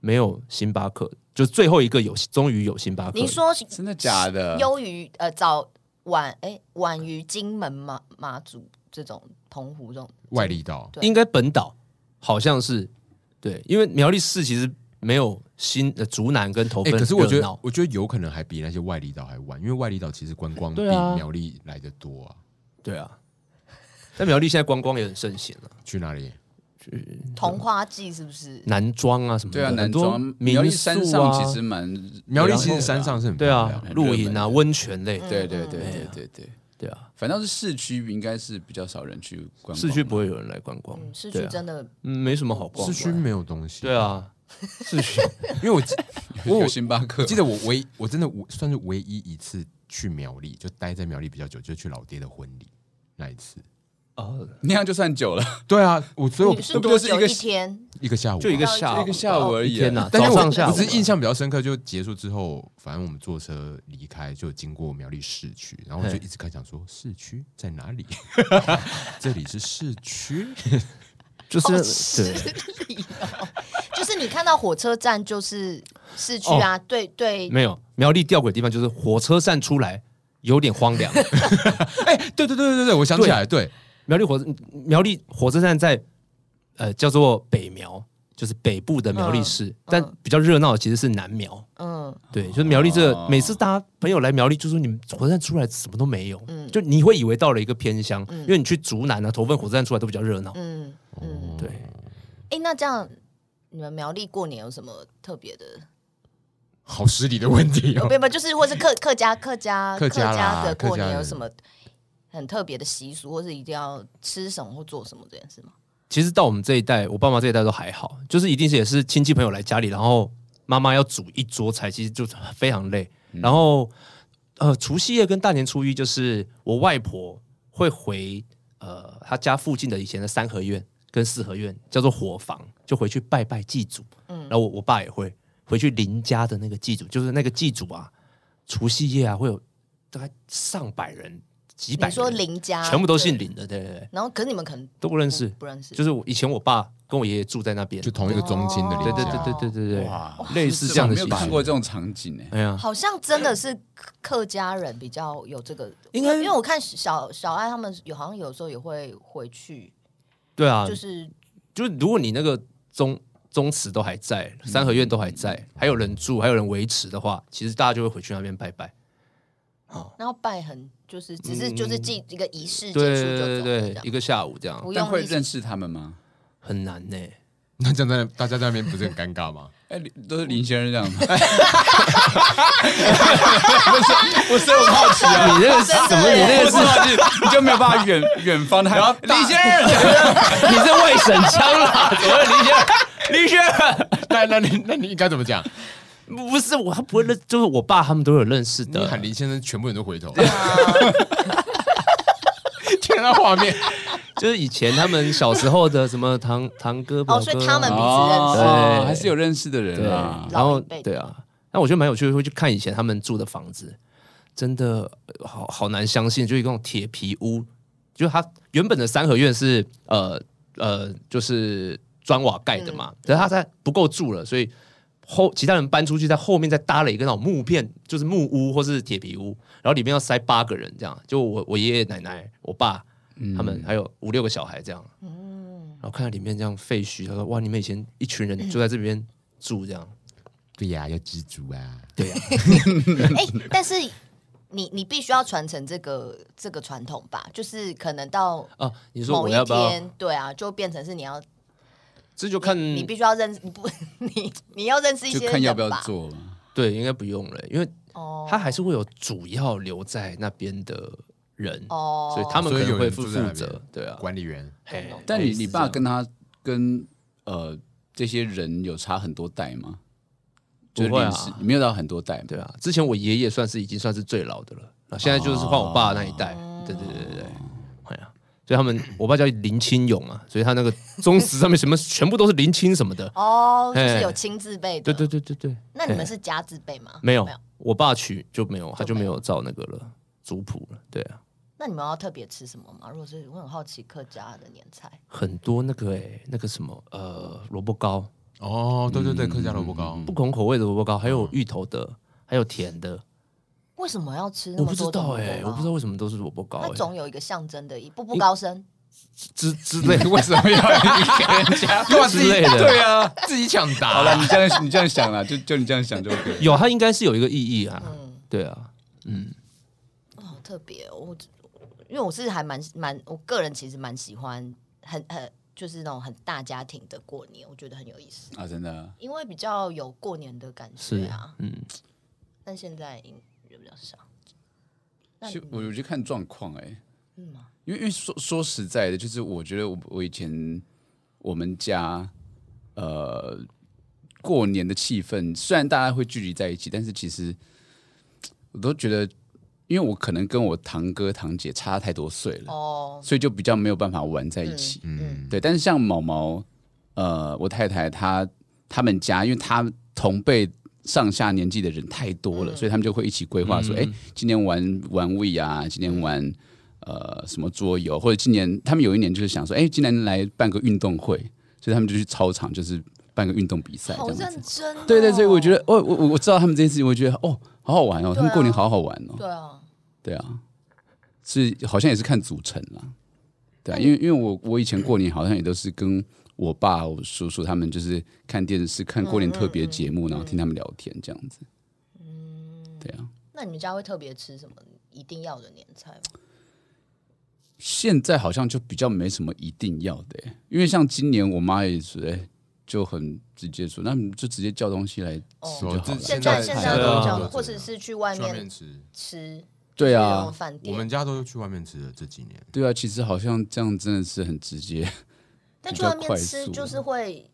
Speaker 5: 没有星巴克，就最后一个有终于有星巴克。
Speaker 2: 您说
Speaker 3: 真的假的？
Speaker 2: 优于呃早晚哎晚于金门马马祖这种澎湖这种
Speaker 5: 嗯
Speaker 1: 外力道
Speaker 2: 对
Speaker 5: 应该本岛好像是对，因为苗栗市其实没有新呃竹南跟头
Speaker 1: 哎、
Speaker 5: 份热闹、
Speaker 1: 可是我觉得，我觉得有可能还比那些外力道还晚，因为外力道其实观光比
Speaker 5: 对啊
Speaker 1: 苗栗来的多啊。
Speaker 5: 对啊，但苗栗现在观光也很盛行了、啊，
Speaker 1: 去哪里？
Speaker 2: 同花季是不是？
Speaker 5: 南庄啊什么的，
Speaker 3: 对啊，南
Speaker 5: 很多
Speaker 3: 庄
Speaker 5: 民
Speaker 3: 苗栗
Speaker 5: 宿
Speaker 3: 山上
Speaker 5: 啊
Speaker 3: 其实蛮
Speaker 1: 苗栗
Speaker 3: 然后
Speaker 1: 其实山上是很
Speaker 5: 对
Speaker 1: 漂
Speaker 5: 啊
Speaker 1: 亮，
Speaker 5: 露营啊、温泉类，
Speaker 2: 嗯
Speaker 3: 对对对对对对，
Speaker 5: 对啊，
Speaker 3: 反倒是市区应该是比较少人去观光，
Speaker 5: 市区不会有人来观光
Speaker 2: 嗯，，市
Speaker 5: 对
Speaker 2: 区
Speaker 5: 啊
Speaker 2: 真的
Speaker 5: 嗯没什么好逛
Speaker 1: 市
Speaker 5: 的。
Speaker 1: 区没有东西。
Speaker 5: 对，啊，市区
Speaker 1: 因为我记
Speaker 3: 有
Speaker 1: 我
Speaker 3: 星巴克
Speaker 1: 我记得我唯我真的我算是唯一一次去苗栗，就待在苗栗比较久，就是去老爹的婚礼那一次。
Speaker 5: 呃，
Speaker 3: 那样就算久了，
Speaker 1: 对啊，我所以
Speaker 2: 你
Speaker 1: 我
Speaker 2: 是
Speaker 3: 不过
Speaker 2: 多
Speaker 3: 是
Speaker 2: 久
Speaker 3: 一个
Speaker 2: 一天？
Speaker 1: 一个下午啊
Speaker 5: 就一个下午，
Speaker 2: 一个哦
Speaker 3: 下午而 已啊
Speaker 5: 一天呐，
Speaker 1: 但
Speaker 5: 早
Speaker 1: 是我
Speaker 5: 上下午
Speaker 1: 我。只是印象比较深刻，就结束之后，反正我们坐车离开，就经过苗栗市区，然后我就
Speaker 5: 嘿
Speaker 1: 一直看想说市区在哪里？ 这里是市区，
Speaker 2: 哦
Speaker 5: 就是对，
Speaker 2: 就是你看到火车站就是市区
Speaker 5: 哦
Speaker 2: 啊，对对，
Speaker 5: 没有苗栗吊诡的地方就是火车站出来有点 荒凉。
Speaker 1: 哎，对对对对对，我想起来，对，
Speaker 5: 苗栗火苗栗火车站在呃叫做北苗，就是北部的苗栗市，但比较热闹的其实是南苗。
Speaker 2: 嗯，
Speaker 5: 对，就是苗栗这
Speaker 3: 哦
Speaker 5: 每次大家朋友来苗栗，就说你们火车站出来什么都没有，
Speaker 2: 嗯
Speaker 5: 就你会以为到了一个偏乡，因为你去竹南啊、头份火车站出来都比较热闹。
Speaker 2: 嗯嗯，
Speaker 5: 对，
Speaker 2: 哎、那这样你们苗栗过年有什么特别的？
Speaker 1: 好失礼的问题哦
Speaker 2: 没。有，没有就是或是客客家客家
Speaker 1: 客家啦
Speaker 2: 的过
Speaker 1: 客家
Speaker 2: 年
Speaker 1: 人
Speaker 2: 有什么很特别的习俗，或是一定要吃什么或做什么这件事吗？
Speaker 5: 其实到我们这一代，我爸妈这一代都还好，就是一定是也是亲戚朋友来家里，然后妈妈要煮一桌菜，其实就非常累。
Speaker 2: 嗯
Speaker 5: 然后呃，除夕夜跟大年初一，就是我外婆会回呃她家附近的以前的三合院跟四合院，叫做火房，就回去拜拜祭祖。
Speaker 2: 嗯
Speaker 5: 然后我我爸也会回去邻家的那个祭祖，就是那个祭祖啊，除夕夜啊会有大概上百人、几百
Speaker 2: 你
Speaker 5: 人，
Speaker 2: 说邻家
Speaker 5: 全部都姓
Speaker 2: 对嗯
Speaker 5: 林的，对对对，
Speaker 2: 然后可是你们可能
Speaker 5: 都不认识。
Speaker 2: 不认识，
Speaker 5: 就是我以前我爸跟我爷爷住在那边，
Speaker 1: 就同一个中心的邻
Speaker 5: 对
Speaker 1: 家，
Speaker 5: 对对对对对对，
Speaker 3: 哇，
Speaker 5: 类似这样的
Speaker 3: 没有
Speaker 5: 习
Speaker 3: 看
Speaker 5: 惯。
Speaker 3: 过这种场景哎，
Speaker 5: 哎呀，
Speaker 2: 好像真的是客客家人比较有这个，
Speaker 5: 应该
Speaker 2: 因为我看小小爱他们有好像有时候也会回去，
Speaker 5: 对啊，
Speaker 2: 就
Speaker 5: 就是
Speaker 2: 是
Speaker 5: 就是如果你那个宗宗祠都还在，
Speaker 1: 嗯
Speaker 5: 三合院都还在，还有人住，还有人维持的话，其实大家就会回去那边拜拜。
Speaker 2: 然后拜很就是只是就是记一个仪式结束
Speaker 5: 对
Speaker 2: 就走
Speaker 5: 嗯对
Speaker 2: 了
Speaker 5: 对
Speaker 2: 这
Speaker 5: 对
Speaker 2: 样，
Speaker 5: 一个下午这样
Speaker 2: 不
Speaker 3: 但
Speaker 2: 用
Speaker 3: 会
Speaker 2: 一直
Speaker 3: 认识他们吗？
Speaker 5: 很难呢。
Speaker 1: 那这样在大家在那边不是很尴尬吗？
Speaker 3: 哎，都是林先生这样吗？不是，我是很好奇啊，
Speaker 5: 你那个什么？你那
Speaker 3: 我哎
Speaker 5: 个
Speaker 3: 是
Speaker 5: 是
Speaker 3: 很好奇，你就没有办法 远远方的，还要林先 生，
Speaker 5: 你是外省腔啦？怎么林轩？林轩
Speaker 1: 那那你那你应该怎么讲？
Speaker 5: 不是我，他不会认，就是我爸他们都有认识
Speaker 1: 你
Speaker 5: 的
Speaker 1: 喊。林先生，全部人都回头。听到画面，
Speaker 5: 就是以前他们小时候的什么堂堂哥表
Speaker 2: 哦，
Speaker 5: 哥啊，
Speaker 2: 所以他们彼此认识。
Speaker 3: 哦
Speaker 5: 对
Speaker 3: 还是有认识的人
Speaker 5: 对
Speaker 3: 啊，
Speaker 5: 然后
Speaker 2: 老一辈的
Speaker 5: 对啊，那我觉得蛮有趣的，会去看以前他们住的房子，真的呃好好难相信，就一个那种铁皮屋，就是它原本的三合院是呃呃就是砖瓦盖
Speaker 2: 嗯
Speaker 5: 的嘛，可是它在不够住了，所以后其他人搬出去，在后面再搭了一个那种木片，就是木屋或是铁皮屋，然后里面要塞八个人这样，就我我爷爷奶奶、我爸他们还有五六个小孩这样，
Speaker 2: 嗯
Speaker 5: 然后看到里面这样废墟，他说哇，你们以前一群人就在这边住这样。
Speaker 1: 对呀、要知足啊。
Speaker 5: 对呀、
Speaker 2: 哎、但是你你必须要传承这个这个传统吧，就是可能到
Speaker 5: 啊，你说
Speaker 2: 某
Speaker 5: 我
Speaker 2: 一
Speaker 5: 要不要？
Speaker 2: 天，对啊，就变成是你要
Speaker 5: 这就看
Speaker 2: 你必须要认识，你不 你你要认识一
Speaker 3: 就
Speaker 2: 些
Speaker 3: 看要
Speaker 2: 人
Speaker 3: 不要
Speaker 2: 吧
Speaker 3: 做嘛。
Speaker 5: 对，应该不用了，因为
Speaker 2: 哦
Speaker 5: 他还是会有主要留在那边的人，
Speaker 2: 哦，
Speaker 5: 所以他们
Speaker 1: 所
Speaker 5: 可
Speaker 1: 以
Speaker 5: 能
Speaker 1: 有人
Speaker 5: 会负
Speaker 1: 住在那
Speaker 5: 负
Speaker 1: 边
Speaker 5: 责。对啊，
Speaker 1: 管理员，
Speaker 5: 嘿
Speaker 3: 但你
Speaker 5: 类似
Speaker 3: 你
Speaker 5: 这
Speaker 3: 爸
Speaker 5: 样
Speaker 3: 跟他跟呃这些人有差很多代吗？就是
Speaker 5: 不会啊
Speaker 3: 认识没有到很多代嘛。
Speaker 5: 对啊，之前我爷爷
Speaker 1: 哦
Speaker 5: 算是已经算是最老的了，那现在就是换我爸那一代。对对对对对，哎呀，所以他们我爸叫林清勇啊，所以他那个宗祠上面什么全部都是林清什么的。
Speaker 2: 哦，就是
Speaker 5: 嘿
Speaker 2: 有亲字辈的。
Speaker 5: 对对。对对对，
Speaker 2: 那你们
Speaker 5: 嘿
Speaker 2: 是家字辈吗？
Speaker 5: 没有
Speaker 2: 没有。
Speaker 5: 我爸娶就没有，他
Speaker 2: 就
Speaker 5: 就
Speaker 2: 没
Speaker 5: 没
Speaker 2: 有
Speaker 5: 有照那个了族谱了。对啊，
Speaker 2: 那你们要特别吃什么吗？如果是我很好奇客家的年菜，
Speaker 5: 很多那个哎、那个什么呃萝卜糕，
Speaker 1: 哦，对对对，客家萝卜糕
Speaker 5: 不同口味的萝卜糕，还有芋头的，还有甜的，
Speaker 2: 为什么要吃那
Speaker 5: 我
Speaker 2: 么
Speaker 5: 不知
Speaker 2: 多
Speaker 5: 道
Speaker 2: 种
Speaker 5: 哎、我不知
Speaker 2: 道。
Speaker 5: 道为什么都是萝卜糕、
Speaker 2: 它
Speaker 5: 欸
Speaker 2: 总，有一个象征的意义，步步高升。
Speaker 5: 之之类， 为什么要
Speaker 1: 干嘛自己
Speaker 5: 之类的
Speaker 1: 对啊，自己抢答。
Speaker 3: 好了，你这样你这样想啦，就就你这样想就 OK。
Speaker 5: 有？它应该是有一个意义啊，
Speaker 2: 嗯，
Speaker 5: 对啊，嗯，
Speaker 2: 哦好特别哦。我因为我是还蛮蛮，我个人其实蛮喜欢很很就是那种很大家庭的过年，我觉得很有意思，
Speaker 3: 啊，真的啊，
Speaker 2: 因为比较有过年的感
Speaker 5: 是
Speaker 2: 觉啊。
Speaker 5: 嗯，
Speaker 2: 但现在应也比较少。那
Speaker 3: 就我我就看状况哎、
Speaker 2: 嗯吗？
Speaker 3: 因为因为说说实在的，就是我觉得我我以前我们家呃过年的气氛，虽然大家会聚集在一起，但是其实我都觉得，因为我可能跟我堂哥堂姐差太多岁了，
Speaker 2: 哦，
Speaker 3: 所以就比较没有办法玩在一起。
Speaker 1: 嗯，
Speaker 3: 对，但是像毛毛，呃，我太太她他们家，因为她同辈上下年纪的人太多了，所以他们就会一起规划说，哎、今年玩玩 We 啊，今年玩呃什么桌游，或者今年他们有一年就是想说，哎、今年来办个运动会，所以他们就去操场就是办个运动比赛
Speaker 2: 好
Speaker 3: 这样子
Speaker 2: 认。真、哦。
Speaker 3: 对对，所以我觉得，哦，我我我知道他们这件事情，我觉得哦，好好玩哦，他们过年好好玩哦，
Speaker 2: 对啊，
Speaker 3: 对啊，是好像也是看组成啦。对啊，因为因为我我以前过年好像也都是跟我爸、我叔叔他们就是看电视、看过年特别节目，然后听他们聊天这样子。嗯，对啊，
Speaker 2: 那你们家会特别吃什么一定要的年菜吗？
Speaker 3: 现在好像就比较没什么一定要的欸、因为像今年我妈也是、欸就很直接说，那你就直接叫东西来吃就
Speaker 1: 说
Speaker 3: 好了。
Speaker 2: 现
Speaker 1: 在
Speaker 2: 在
Speaker 1: 现
Speaker 2: 现
Speaker 1: 在
Speaker 2: 在
Speaker 5: 都
Speaker 2: 都
Speaker 5: 这
Speaker 2: 这
Speaker 5: 样
Speaker 2: 样，或者是去外
Speaker 1: 去外
Speaker 2: 面
Speaker 1: 面吃，
Speaker 2: 吃，
Speaker 3: 对
Speaker 2: 去那
Speaker 3: 啊
Speaker 2: 种，饭店。
Speaker 1: 我们家都是去外面吃的。这几年
Speaker 3: 对啊，其实好像这样真的是很直接。
Speaker 2: 但
Speaker 3: 比
Speaker 2: 去
Speaker 3: 较
Speaker 2: 外面
Speaker 3: 快
Speaker 2: 吃
Speaker 3: 速
Speaker 2: 就是会，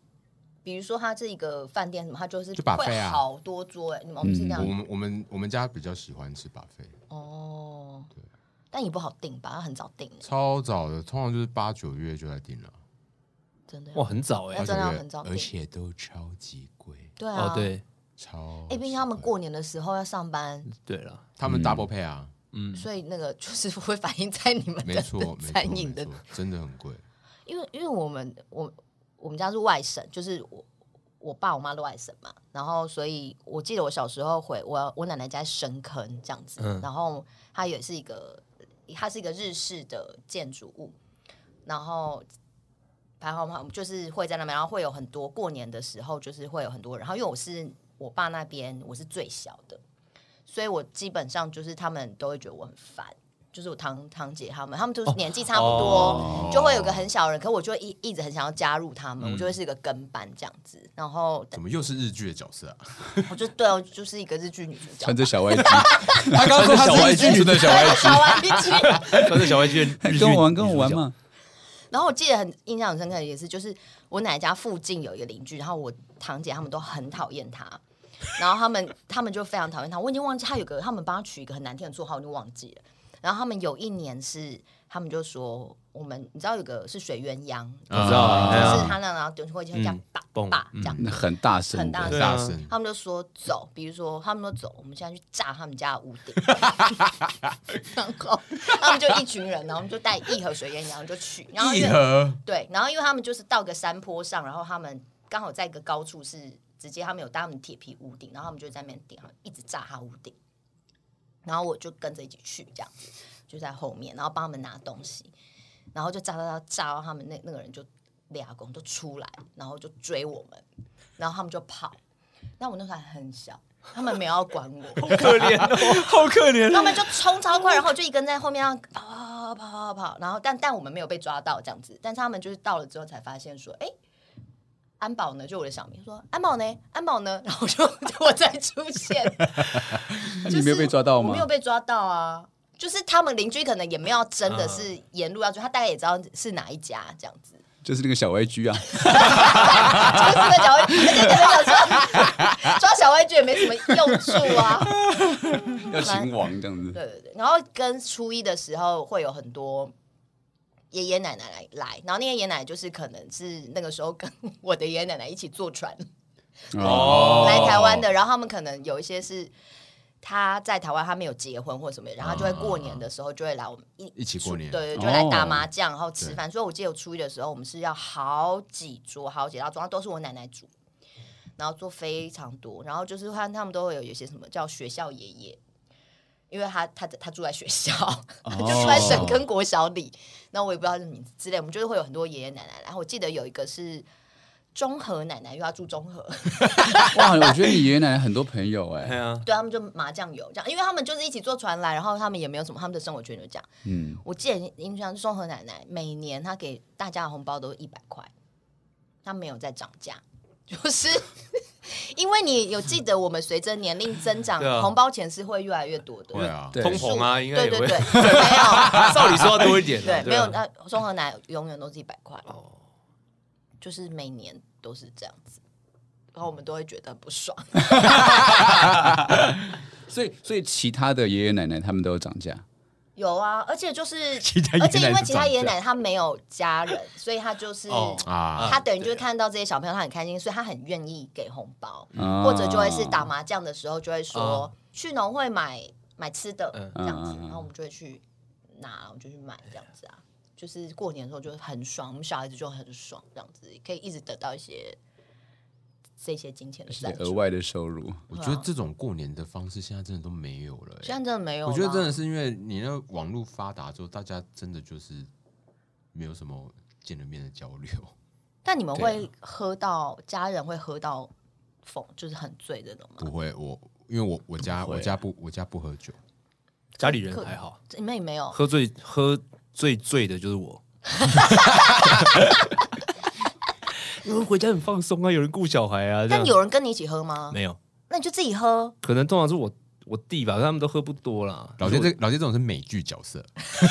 Speaker 2: 比如说它是一个饭店什么，它就是
Speaker 1: 就 buffet
Speaker 2: 会
Speaker 1: 啊嗯
Speaker 2: 好多桌哎、你们我们是这
Speaker 1: 我
Speaker 2: 样、
Speaker 1: 们我们我们家比较喜欢吃 buffet，
Speaker 2: 哦，但也不好订吧，它很早订欸
Speaker 1: 超早的，通常就是八九月就在订了，
Speaker 2: 真的
Speaker 5: 哇，很早哎、
Speaker 2: 那
Speaker 1: 八
Speaker 2: 真
Speaker 1: 九
Speaker 2: 的要
Speaker 1: 月
Speaker 2: 很早订
Speaker 1: 而且都超级贵，
Speaker 2: 对啊，
Speaker 5: 哦，对
Speaker 1: 超
Speaker 2: 哎，毕竟他们过年的时候要上班，
Speaker 5: 对嗯了，
Speaker 1: 他们 double pay 啊，
Speaker 2: 所以那个就是 会反映在你们
Speaker 1: 没
Speaker 2: 的
Speaker 1: 错
Speaker 2: 的
Speaker 1: 没错
Speaker 2: 餐饮
Speaker 1: 没
Speaker 2: 的
Speaker 1: 错，真的很贵。
Speaker 2: 因为因为我们我我们家是外省，就是我我爸我妈都外省嘛，然后所以我记得我小时候回我我奶奶家在深坑这样子，然后它也是一个它是一个日式的建筑物，然后排行榜就是会在那边，然后会有很多过年的时候就是会有很多人，然后因为我是我爸那边我是最小的，所以我基本上就是他们都会觉得我很烦。就是我堂堂姐他们，他们就是年纪差不多，
Speaker 5: 哦
Speaker 2: 就会有个很小的人，可我就会一一直很想要加入他们，我就会是一个跟班这样子。然后
Speaker 1: 怎么又是日剧的角色啊？
Speaker 2: 我就对哦，就是一个日剧女主角
Speaker 3: 穿，着小外机，
Speaker 1: 他刚
Speaker 5: 说他是日剧
Speaker 1: 真的小
Speaker 2: 对
Speaker 1: YG，
Speaker 2: 小玩具。
Speaker 5: 穿着小外裙
Speaker 3: 跟我玩，跟我玩，嘛。
Speaker 2: 然后我记得很印象很深刻的也是，就是我奶奶家附近有一个邻居，然后我堂姐他们都很讨厌她，然后他们他们就非常讨厌她。我已经忘记她有个，他们帮她取一个很难听的绰号，我就忘记了。然后他们有一年是，他们就说我们，你知道有个是水鸳鸯，
Speaker 1: 啊
Speaker 5: 知道啊
Speaker 2: 就
Speaker 5: 对
Speaker 2: 是
Speaker 5: 啊
Speaker 2: 他那然后就会这样叭
Speaker 5: 蹦
Speaker 2: 叭这样
Speaker 3: 那很大声的，
Speaker 2: 很大
Speaker 1: 很
Speaker 2: 声
Speaker 1: 大声，
Speaker 2: 他们就说走，比如说他们说走，我们现在去炸他们家的屋顶，然后他们就一群人，然后就带一盒水烟，然后就去，然后因
Speaker 1: 一
Speaker 2: 为
Speaker 5: 嗯
Speaker 1: 盒
Speaker 2: 对，然后因为他们就是到个山坡上，然后他们刚好在一个高处是直接他们有搭他们铁皮屋顶，然后他们就在那边顶，然后一直炸他屋顶，然后我就跟着一起去，这样子就在后面，然后帮他们拿东西，然后就炸炸炸炸到他们那那个人就俩公就出来，然后就追我们，然后他们就跑，那我那时候还很小，他们没有要管我，
Speaker 5: 可怜，哦好可怜啊
Speaker 2: 他
Speaker 3: 嗯
Speaker 2: 们就冲超快，然后就一个人在后面这样跑跑跑跑跑跑，然后但但我们没有被抓到这样子，但是他们就是到了之后才发现说，哎、安保呢？就我的小名说安保呢，安保呢， 然后就就我再出现，
Speaker 3: 那
Speaker 2: 就是
Speaker 3: 你没有被抓到
Speaker 2: 我
Speaker 3: 吗
Speaker 2: 没？有被抓到啊。就是他们邻居可能也没有真的是沿路要追，他大概也知道是哪一家这样子，
Speaker 3: 就是那个小 YG 啊，
Speaker 2: 就是那小薇，而且他们想说 抓小薇觉得没什么用处啊，
Speaker 3: 要秦王这样子。
Speaker 2: 对对对，然后跟初一的时候会有很多爷爷奶奶来来，然后那个爷爷奶奶就是可能是那个时候跟我的爷爷奶奶一起坐船
Speaker 1: 哦
Speaker 2: 来台湾的，然后他们可能有一些是他在台湾，他没有结婚或什么的，然后他就会过年的时候就会来我们一
Speaker 1: 一起过年
Speaker 2: 对对，就来打
Speaker 3: 哦
Speaker 2: 麻将，然后吃饭。所以我记得我初一的时候，我们是要好几桌，好几大桌，然后都是我奶奶煮，然后做非常多，然后就是他他们都会有有些什么叫学校爷爷。因为他他他住在学校，他 就住在深坑国小里，那我也不知道他的名字之类，我们就是会有很多爷爷奶奶。然后我记得有一个是中和奶奶，因为她住中和，
Speaker 3: 哇，我觉得你爷爷奶奶很多朋友哎、
Speaker 5: 对啊，
Speaker 2: 对他们就麻酱油这样，因为他们就是一起坐船来，然后他们也没有什么，他们的生活圈就这样。
Speaker 3: 嗯，
Speaker 2: 我记得印象宋和奶奶每年她给大家的红包都一百块，她没有在涨价，就是 因为你有记得我们随着年龄增长，
Speaker 5: 对啊
Speaker 2: 红包钱是会越来越多的。
Speaker 1: 会啊，
Speaker 3: 对
Speaker 5: 通膨啊，应该
Speaker 2: 对
Speaker 5: 也
Speaker 2: 对
Speaker 5: 会
Speaker 2: 对，。没有，
Speaker 5: 照理说要多一点
Speaker 2: 对
Speaker 5: 啊，，
Speaker 2: 没有，
Speaker 5: 啊
Speaker 2: 那综合奶永远都是一百块，
Speaker 5: 哦
Speaker 2: 就是每年都是这样子，然后我们都会觉得很不爽。
Speaker 3: 所以所以其他的爷爷奶奶他们都有涨价，
Speaker 2: 有啊，而且就是，
Speaker 1: 其他爷奶
Speaker 2: 而且因为
Speaker 1: 是
Speaker 2: 其
Speaker 1: 长
Speaker 2: 他爷爷
Speaker 1: 这样
Speaker 2: 奶奶他没有家人，所以他就是、
Speaker 5: 哦
Speaker 1: 啊，
Speaker 2: 他等于就是
Speaker 5: 对
Speaker 2: 看到这些小朋友，他很开心，所以他很愿意给红包，
Speaker 3: 啊
Speaker 2: 或者就会是打麻将的时候就会说、
Speaker 5: 啊
Speaker 2: 去农会买买吃的、
Speaker 5: 嗯
Speaker 2: 这样子
Speaker 3: 嗯嗯，嗯
Speaker 2: 然后我们就会去拿，我们就去买这样子啊。就是过年的时候就很爽，我们小孩子就很爽，这样子可以一直得到一些这些金钱的
Speaker 3: 是
Speaker 2: 赞
Speaker 3: 额
Speaker 2: 助。
Speaker 3: 外的收入。
Speaker 1: 我觉得这种过年的方式现在真的都没有了、欸
Speaker 2: 现在真的没有啦，
Speaker 1: 我觉得真的是因为你那网络发达之后，大家真的就是没有什么见了面的交 流。
Speaker 2: 但你们会喝到家人会喝到疯，就是很醉这种吗？
Speaker 1: 不会，我因为我我家
Speaker 5: 不会啊
Speaker 1: 我家不我家不喝酒，
Speaker 5: 家里人还好，
Speaker 2: 你们也没有，
Speaker 5: 喝醉喝最醉的就是我。因为回家很放松啊，有人顾小孩啊，这样
Speaker 2: 但有啊人跟你一起喝吗？
Speaker 5: 没有？
Speaker 2: 那你就自己喝。
Speaker 5: 可能通常是我我弟吧，他们都喝不多啦。
Speaker 1: 老爹这老爹这种是美剧角色，
Speaker 3: 你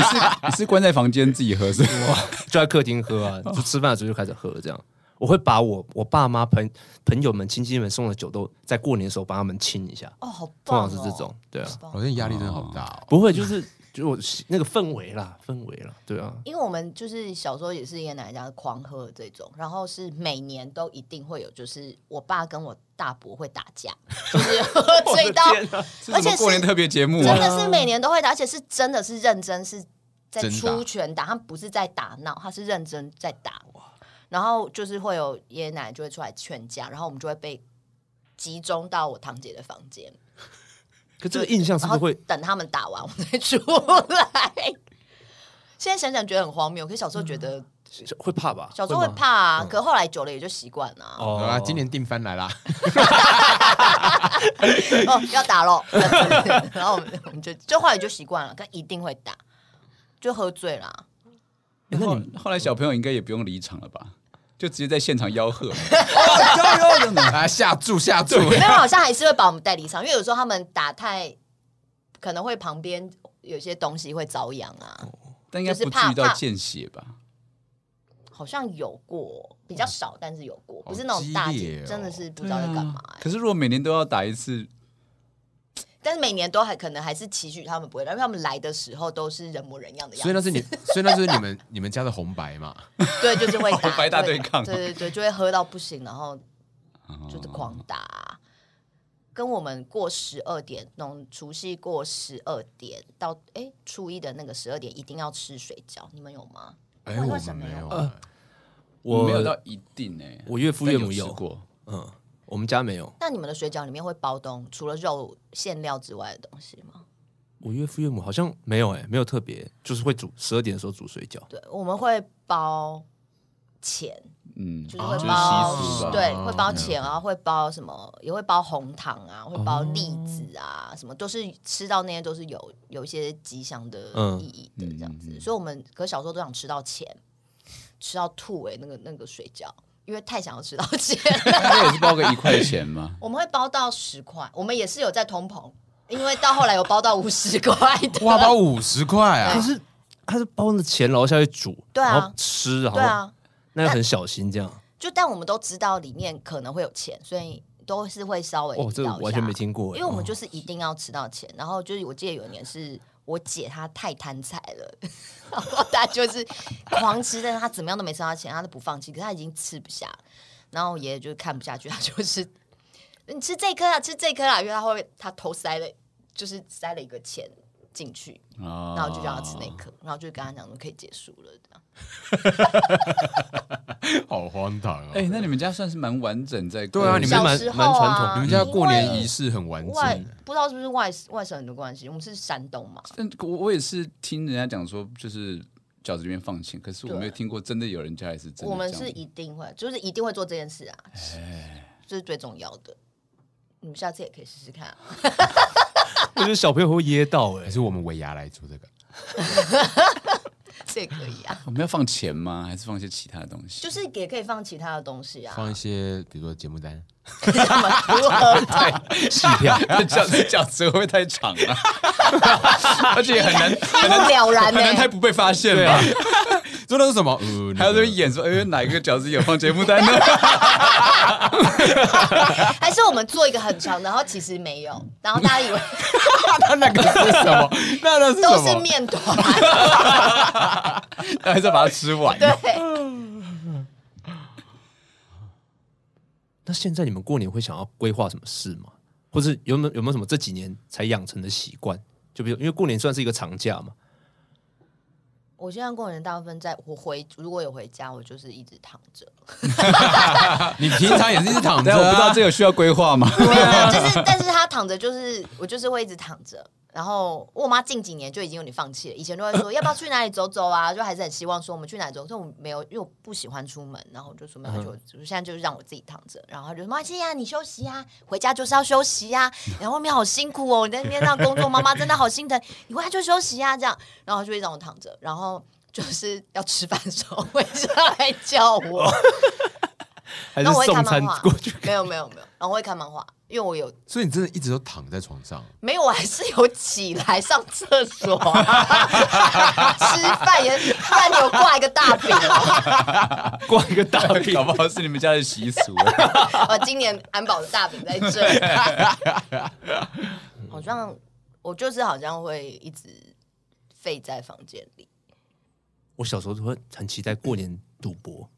Speaker 3: 是你是关在房间自己喝是吗？
Speaker 5: 就在客厅喝啊，就吃饭的时候就开始喝这样。我会把我我爸妈朋朋友们亲戚们送的酒都在过年的时候帮他们亲一下，
Speaker 2: 哦，好
Speaker 5: 通
Speaker 2: 棒、哦！
Speaker 5: 常是这种，对啊，
Speaker 2: 棒
Speaker 1: 老爹压力真的好大哦。
Speaker 5: 不会就是就我那个氛围啦，氛围啦，对啊，
Speaker 2: 因为我们就是小时候也是爷爷奶奶家狂喝的这种，然后是每年都一定会有，就是我爸跟我大伯会打架， 就是喝醉到，而且
Speaker 3: 这是什么过
Speaker 2: 是
Speaker 3: 年特别节目
Speaker 2: 真
Speaker 3: 啊，
Speaker 2: 的是每年都会打，而且是真的是认真是在
Speaker 1: 真打
Speaker 2: 出拳打，他不是在打闹，他是认真在打。然后就是会有爷爷奶奶就会出来劝架，然后我们就会被集中到我堂姐的房间，
Speaker 5: 可这个印象是
Speaker 2: 然
Speaker 5: 不
Speaker 2: 后
Speaker 5: 是会
Speaker 2: 等他们打完我们再出来。 现在想想觉得很荒谬，可是小时候觉得
Speaker 5: 会怕吧？
Speaker 2: 哦小时候会
Speaker 5: 吗
Speaker 2: 怕啊，可后来久了也就习惯了啊。
Speaker 5: 哦
Speaker 1: 好啦，今年定番来啦，
Speaker 2: 哦，要打咯， 然后我们我们就就后来就习惯了，可一定会打，就喝醉啊啦。
Speaker 3: 那你后来小朋友应该也不用离场了吧？就直接在现场 吆喝，
Speaker 1: 啊下注下注，
Speaker 2: 没有，好像还是会把我们带离场，因为有时候他们打太，可能会旁边有些东西会遭殃啊，
Speaker 3: 但应该
Speaker 2: 就是
Speaker 3: 不
Speaker 2: 怕
Speaker 3: 至于到
Speaker 2: 怕
Speaker 3: 见血吧？
Speaker 2: 好像有过，比较少，但是有过，
Speaker 1: 好
Speaker 2: 不是那种大
Speaker 1: 激
Speaker 2: 姐
Speaker 1: 烈哦
Speaker 2: 真的是不知道在干嘛欸、
Speaker 3: 可是如果每年都要打一次，
Speaker 2: 但是每年都还可能还是期许他们不会来，因为他们来的时候都是人模人样的样
Speaker 1: 所以
Speaker 2: 子，
Speaker 1: 那是你，所以那就是你们你们家的红白嘛。
Speaker 2: 对，就是会打，
Speaker 3: 白大
Speaker 2: 就会
Speaker 3: 对抗
Speaker 2: 对对对，就会喝到不行，然后就是
Speaker 3: 哦
Speaker 2: 狂打、跟我们过十二点，那种除夕过十二点到哎初一的那个十二点一定要吃水饺，你们有吗？
Speaker 1: 哎，
Speaker 2: 为
Speaker 1: 我
Speaker 2: 什
Speaker 1: 们
Speaker 2: 么
Speaker 1: 没
Speaker 2: 有
Speaker 1: 有
Speaker 5: 呃
Speaker 1: 啊，
Speaker 5: 我
Speaker 3: 没有到一定哎、
Speaker 5: 我岳父岳母
Speaker 3: 但有
Speaker 5: 有
Speaker 3: 吃过，
Speaker 5: 嗯，我们家没有，
Speaker 2: 那你们的水饺里面会包东除了肉馅料之外的东西吗？
Speaker 5: 我岳父岳母好像没有哎、没有特别，就是会煮十二点的时候煮水饺，
Speaker 2: 对，我们会包钱，
Speaker 3: 嗯，
Speaker 5: 啊
Speaker 2: 就是会
Speaker 1: 就是
Speaker 2: 包、
Speaker 1: 习俗吧
Speaker 2: 对，
Speaker 1: 哦
Speaker 5: 嗯
Speaker 2: 会包钱啊，会包什么，也会包红糖啊，会
Speaker 5: 哦
Speaker 2: 包栗子啊，什么都是吃到那些都是有有一些吉祥的
Speaker 5: 嗯
Speaker 2: 意义的这样子。所以我们可小时候都想吃到钱，吃到吐哎、那个那个水饺，因为太想要吃到钱了 。
Speaker 3: 那也是包个一块钱嘛
Speaker 2: 我们会包到十块，我们也是有在通膨，因为到后来有包到五十块的。
Speaker 1: 哇，包五十块啊
Speaker 5: 可！是他是包那钱，然后下去煮，
Speaker 2: 对啊
Speaker 5: 然后吃，然
Speaker 2: 对
Speaker 5: 后
Speaker 2: 啊，
Speaker 5: 那要很小心这样。
Speaker 2: 就但我们都知道里面可能会有钱，所以都是会稍微
Speaker 5: 哦，
Speaker 2: 知
Speaker 5: 这
Speaker 2: 道
Speaker 5: 个
Speaker 2: 一下
Speaker 5: 完全没听过
Speaker 2: 因为
Speaker 5: 哎，
Speaker 2: 我们
Speaker 5: 哦
Speaker 2: 就是一定要吃到钱，然后就是我记得有一年是我姐她太贪财了，然后她就是狂吃，但是她怎么样都没吃到钱，她都不放弃，可是她已经吃不下了，然后我爷爷就看不下去，他就是你吃这颗啦，吃这颗啊啦，因为他会他偷塞了，就是塞了一个钱进去，
Speaker 3: 啊
Speaker 2: 然后就叫他吃那颗，然后就跟他讲说可以结束了这样。
Speaker 1: 好荒唐哦！
Speaker 3: 哎、那你们家算是蛮完整在过
Speaker 5: 对啊，
Speaker 3: 日
Speaker 5: 你
Speaker 3: 子
Speaker 5: 们蛮
Speaker 2: 小时候啊
Speaker 5: 蛮传统，
Speaker 1: 你们
Speaker 2: 因
Speaker 1: 家
Speaker 2: 为
Speaker 1: 过年仪式很完
Speaker 2: 外
Speaker 1: 整，
Speaker 2: 不知道是不是外外省人的关系，我们是山东嘛，
Speaker 3: 但我我也是听人家讲说，就是饺子里面放钱，可是我
Speaker 2: 对
Speaker 3: 没有听过真的有人家也是真的这样。
Speaker 2: 我们是一定会，就是一定会做这件事啊，
Speaker 3: 哎
Speaker 2: 这是最重要的。你们下次也可以试试看啊、
Speaker 5: 哦我觉得小朋友会噎到 哎
Speaker 1: 还、是我们尾牙来做这个？
Speaker 2: 这也可以 啊，
Speaker 3: 我们要放钱吗？还是放一些其他的东西？
Speaker 2: 就是也可以放其他的东西啊，
Speaker 1: 放一些，比如说节目单，
Speaker 5: 戏票
Speaker 3: 饺子饺子会不会太长 了？而且也很难
Speaker 2: 一目了然
Speaker 3: 很
Speaker 2: 呢、
Speaker 3: 难太不被发现吧？
Speaker 1: 做那是什么？呃，
Speaker 3: 还
Speaker 1: 那
Speaker 3: 有在
Speaker 1: 个
Speaker 3: 演说，哎、哪一个饺子有放节目单 呢？
Speaker 2: 还是我们做一个很长，然后其实没有，然后大家以 为
Speaker 1: 那那个是什么？ 那那是
Speaker 2: 都
Speaker 1: 什
Speaker 2: 是
Speaker 1: 么？
Speaker 2: 面团，
Speaker 3: 还是要把它吃完？
Speaker 2: 对，
Speaker 5: 那现在你们过年会想要规划什么事吗？或者有没有有没有什么这几年才养成的习惯？就比如因为过年算是一个长假嘛，
Speaker 2: 我现在过年大部分在我回，如果有回家，我就是一直躺着，
Speaker 1: 你平常也是一直躺着
Speaker 3: 但我不知道
Speaker 1: 啊？
Speaker 3: 这有需要规划吗？，
Speaker 2: 没有没
Speaker 5: 啊
Speaker 2: 有， 就是但是他躺着就是我就是会一直躺着。然后我妈近几年就已经有点放弃了，以前都会 说要不要去哪里走走啊，就还是很希望说我们去哪里走，但我没有，因为我不喜欢出门，然后我就说没有，
Speaker 5: 嗯
Speaker 2: 就我现在就是让我自己躺着，然后她就说妈姐呀，你休息呀、回家就是要休息 呀、然后外面好辛苦哦，你在那边上工作，妈妈真的好心疼，你回家就休息呀、这样，然后她就会让我躺着，然后就是要吃饭的时候会上来叫我，
Speaker 5: 哦还是
Speaker 2: 然后我会
Speaker 5: 送
Speaker 2: 看
Speaker 5: 餐
Speaker 2: 漫画
Speaker 5: 过去？，
Speaker 2: 没有没有没有，然后我会看漫画，因为我有
Speaker 1: 所以你真的一直都躺在床上，
Speaker 2: 没有，我还是有起来上厕所、啊吃饭也，不然你有挂一个大饼哦。
Speaker 5: 挂一个大饼
Speaker 3: 搞不好是你们家的习俗。啊
Speaker 2: 我呃今年安保的大饼在这里，好像我就是好像会一直废在房间里。
Speaker 5: 我小时候都会很期待过年赌博，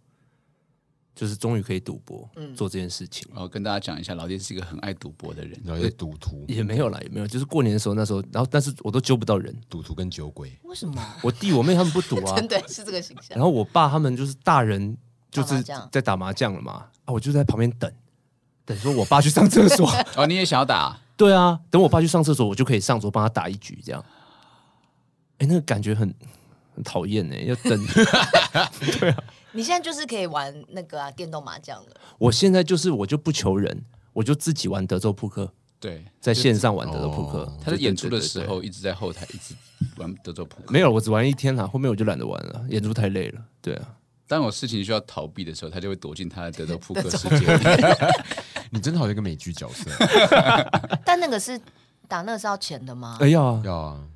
Speaker 5: 就是终于可以赌博，
Speaker 2: 嗯
Speaker 5: 做这件事情。
Speaker 3: 然后呃跟大家讲一下，老爹是一个很爱赌博的人。
Speaker 1: 然后又赌徒、
Speaker 5: 也没有啦，也没有，就是过年的时候，那时候，然后但是我都揪不到人。
Speaker 1: 赌徒跟酒鬼，
Speaker 2: 为什么？
Speaker 5: 我弟我妹他们不赌 啊，
Speaker 2: 真的是这个形象
Speaker 5: 然。后我爸他们就是大人，就
Speaker 2: 打麻
Speaker 5: 是
Speaker 2: 将
Speaker 5: 在打麻将了嘛，啊，我就在旁边等，等说我爸去上厕 所。
Speaker 3: 哦，你也想要打？
Speaker 5: 对啊，等我爸去上厕所，我就可以上桌帮他打一局这样。哎，那个感觉很很讨厌呢、要等。
Speaker 2: 你现在就是可以玩那个啊电动麻将了，
Speaker 5: 我现在就是我就不求人，我就自己玩德州扑克，
Speaker 3: 对，
Speaker 5: 在线上玩德州扑克
Speaker 1: 哦。
Speaker 3: 他在演出的
Speaker 5: 对对对
Speaker 3: 时
Speaker 5: 对
Speaker 3: 候一直在后台一直玩德州扑克。
Speaker 5: 没有，我只玩一天啦，后面我就懒得玩了，演出太累了。对啊，
Speaker 3: 当有事情需要逃避的时候，他就会躲进他的德州扑克世界里。
Speaker 1: 你真的好像一个美剧角色。
Speaker 2: 但那个是打那个是要钱的 吗
Speaker 5: 哎？要啊，
Speaker 1: 要啊，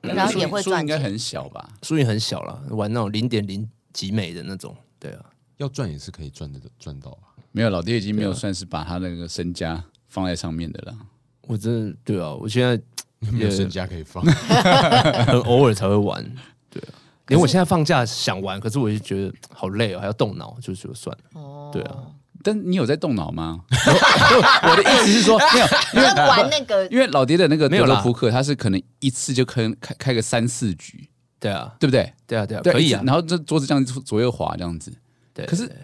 Speaker 2: 然后也会
Speaker 3: 输赢
Speaker 2: 赚
Speaker 3: 应该
Speaker 2: 钱。
Speaker 3: 很小吧？
Speaker 5: 输赢很小啦，玩那种零点零几美的那种。对啊，
Speaker 1: 要赚也是可以赚的赚到啊。
Speaker 3: 没有，老爹已经没
Speaker 5: 啊
Speaker 3: 有算是把他那个身家放在上面的了。
Speaker 5: 我真的对啊，我现在
Speaker 1: 没有身家可以 放，
Speaker 5: 很偶尔才会玩，对啊。连我现在放假想玩，可是我就觉得好累哦，还要动脑，就就算了。
Speaker 2: 哦
Speaker 5: 对啊，
Speaker 3: 但你有在动脑 吗？我的意思是说，没有，
Speaker 2: 你要玩那 个
Speaker 3: 因为老爹的那个
Speaker 5: 没
Speaker 3: 德
Speaker 5: 有
Speaker 3: 州
Speaker 5: 啦
Speaker 3: 扑克，他是可能一次就可能开开个三四局，
Speaker 5: 对啊，
Speaker 3: 对不对？
Speaker 5: 对啊，对啊，
Speaker 3: 对
Speaker 5: 可以啊
Speaker 3: 一直。然后这桌子这样左右滑这样子，
Speaker 5: 对，
Speaker 3: 可是
Speaker 5: 对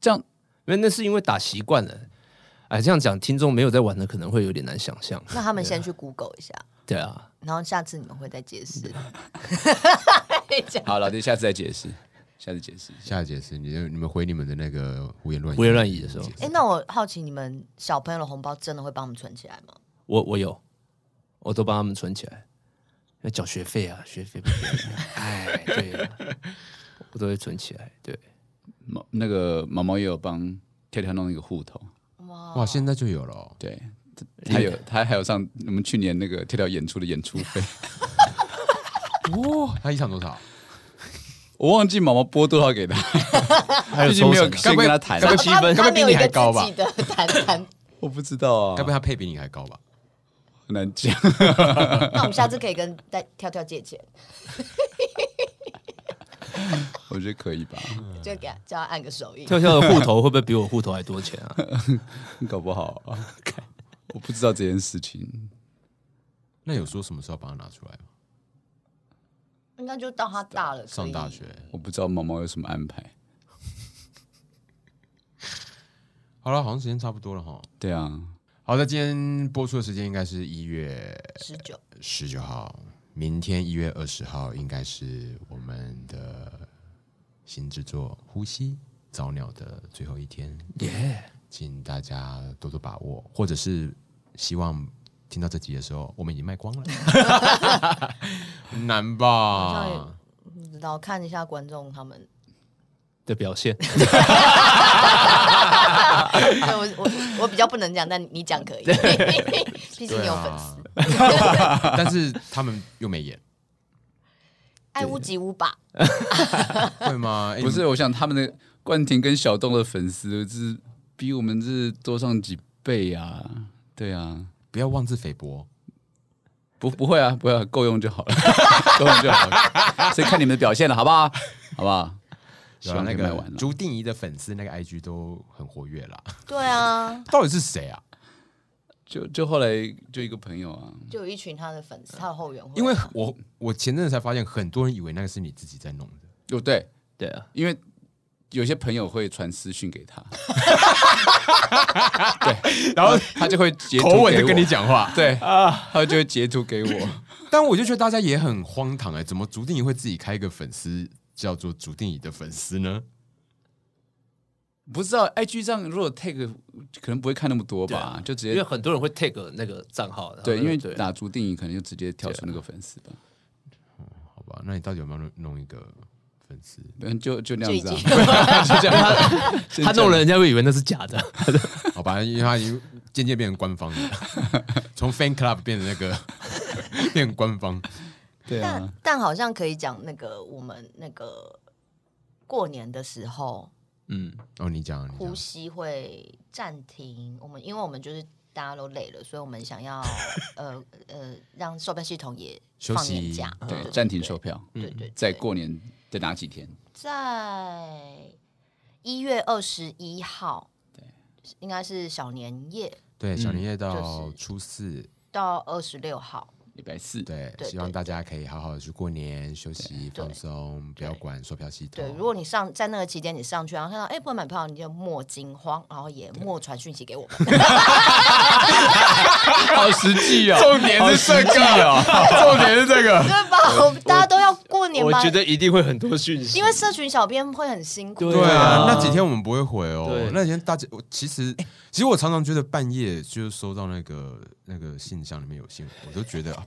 Speaker 3: 这样
Speaker 5: 因为那是因为打习惯了。哎，这样讲，听众没有在玩的，可能会有点难想象。
Speaker 2: 那他们先去 Google 一下，
Speaker 5: 对啊，
Speaker 2: 然后下次你们会再解释。
Speaker 3: 好，老爹下次再解释，下次解释。
Speaker 1: 下解释，你就你们回你们的那个胡言乱语
Speaker 5: 胡言乱语的时候
Speaker 1: 解释
Speaker 2: 哎、那我好奇，你们小朋友的红包真的会帮我们存起来吗？
Speaker 5: 我我有，我都帮他们存起来，要缴学费啊，学费不便宜啊。哎，对啊，我都会存起来。 对，
Speaker 3: 毛那个毛毛也有帮跳跳弄一个户头，
Speaker 2: 哇，
Speaker 1: 哇，现在就有了哦。
Speaker 3: 对，他有他还有上我们去年那个跳跳演出的演出 费，
Speaker 1: 哦哇，他一场多少？
Speaker 5: 哦
Speaker 3: 我忘记毛毛拨多少 给他，
Speaker 5: 还
Speaker 3: 毕竟没有
Speaker 5: 抽成
Speaker 3: 先跟他谈，啊
Speaker 1: 该不会
Speaker 2: 他
Speaker 1: 该不
Speaker 2: 他
Speaker 1: 会
Speaker 2: 没
Speaker 1: 比
Speaker 2: 有
Speaker 1: 你
Speaker 2: 一 个
Speaker 1: 还高
Speaker 2: 自
Speaker 1: 吧
Speaker 2: 己？的谈谈，
Speaker 3: 我不知道
Speaker 1: 该不会
Speaker 3: 啊。
Speaker 1: 他配比你还高吧？
Speaker 3: 很难讲。
Speaker 2: 那我们下次可以跟带跳跳借钱，
Speaker 3: 我觉得可以吧，
Speaker 2: 就给他叫他按个手印。
Speaker 5: 跳跳的户头会不会比我户头还多钱啊？
Speaker 3: 搞不好 啊，我不知道这件事情。
Speaker 1: 那有说什么时候把它拿出来吗？
Speaker 2: 应该就到他大了，可
Speaker 1: 上
Speaker 2: 以
Speaker 1: 大学。
Speaker 3: 我不知道毛毛有什么安排。
Speaker 1: 好了，好像时间差不多了哈。
Speaker 3: 对啊，
Speaker 1: 好的，今天播出的时间应该是一月
Speaker 2: 十九，
Speaker 1: 十九号，明天一月二十号应该是我们的新制作《呼吸早鸟》的最后一天，
Speaker 5: 耶！
Speaker 1: 请大家多多把握，或者是希望听到这集的时候，我们已经卖光了，很难
Speaker 2: 好像
Speaker 1: 吧
Speaker 2: 也？不知道看一下观众他 们。
Speaker 5: 的表现，
Speaker 2: 对我我我比较不能讲，但你讲可以，
Speaker 1: 啊
Speaker 2: 毕竟你有粉丝。
Speaker 1: 但是他们又没演，
Speaker 2: 爱屋及乌吧，
Speaker 1: 会吗？哎
Speaker 3: 不是，，我想他们的冠廷跟小栋的粉丝是比我们是多上几倍啊。对啊，
Speaker 1: 不要妄自菲薄。
Speaker 3: 不不会啊，不会、啊，够用就好了， 够用就好了。所以看你们的表现了，好不好？好不好？希
Speaker 1: 然后
Speaker 3: 望
Speaker 1: 啊那
Speaker 3: 可以卖
Speaker 1: 个
Speaker 3: 完啊了。
Speaker 1: 朱定仪的粉丝那个 IG 都很活跃啦，
Speaker 2: 对啊，
Speaker 1: 到底是谁啊？
Speaker 3: 就就后来就一个朋友啊，
Speaker 2: 就有一群他的粉丝，他的后援会。
Speaker 1: 因为我我前阵子才发现，很多人以为那个是你自己在弄的。
Speaker 3: 哦对，
Speaker 5: 对啊，
Speaker 3: 因为有些朋友会传私讯给他，
Speaker 1: 然后
Speaker 3: 他就会截图
Speaker 1: 口吻
Speaker 3: 给
Speaker 1: 的
Speaker 3: 我
Speaker 1: 跟你，讲话，
Speaker 3: 对啊，他就会截图给我。
Speaker 1: 但我就觉得大家也很荒唐哎、怎么竹定仪会自己开一个粉丝叫做竹定仪的粉丝呢？
Speaker 3: 不知道 IG 上如果 tag 可能不会看那么多吧，
Speaker 1: 啊
Speaker 3: 就直
Speaker 5: 因为
Speaker 3: 接
Speaker 5: 很多人会 take 那个账号，
Speaker 3: 对，因为
Speaker 5: 对
Speaker 3: 打足定义可能就直接跳出那个粉丝吧，
Speaker 1: 好吧，那你到底有没有弄弄一个粉丝？
Speaker 3: 嗯，就就那
Speaker 2: 就已
Speaker 3: 样子
Speaker 2: 经
Speaker 3: 啊，就这样，
Speaker 5: 他弄了，人家会以为那是假的。
Speaker 1: 好吧，因为他已经渐渐变成官方了， 从 fan club 变成那个 变成官方。
Speaker 3: 对啊
Speaker 2: 但，但好像可以讲那个我们那个过年的时候，
Speaker 5: 嗯，
Speaker 1: 哦，你讲，你
Speaker 2: 呼
Speaker 1: 讲，
Speaker 2: 吸会暂停。我们因为我们就是大家都累了，所以我们想要呃呃让售票系统也
Speaker 1: 休
Speaker 2: 放
Speaker 1: 息
Speaker 2: 年假，
Speaker 3: 对，嗯暂停售票，
Speaker 2: 嗯对对，对
Speaker 3: 在过年的哪几天？
Speaker 2: 在一月二十一号，对，应该是小年夜
Speaker 1: 对，小年夜到
Speaker 2: 就是
Speaker 1: 初四，
Speaker 2: 到二十六号，
Speaker 3: 礼拜四，
Speaker 1: 对，
Speaker 2: 对
Speaker 1: 希望
Speaker 2: 对
Speaker 1: 大家可以好好的去过年休息
Speaker 2: 对
Speaker 1: 放松，不要管售票系统。
Speaker 2: 对，如果你上在那个期间你上去，然后看到哎、不能买票，你就莫惊慌，然后也莫传讯息给我们。
Speaker 3: 好实际哦，
Speaker 1: 重点是这个啊， 重点是这个。
Speaker 2: 对吧？我们大家都要过年
Speaker 5: 我
Speaker 2: 吧
Speaker 5: 觉？得一定会很多讯息，
Speaker 2: 因为社群小编会很辛苦，
Speaker 5: 对
Speaker 1: 对啊，
Speaker 5: 啊
Speaker 1: 那几天我们不会回哦
Speaker 5: 对。
Speaker 1: 那几天大家，我其实
Speaker 3: 哎
Speaker 1: 其实我常常觉得半夜就是收到那个那个信箱里面有信，我都觉得啊，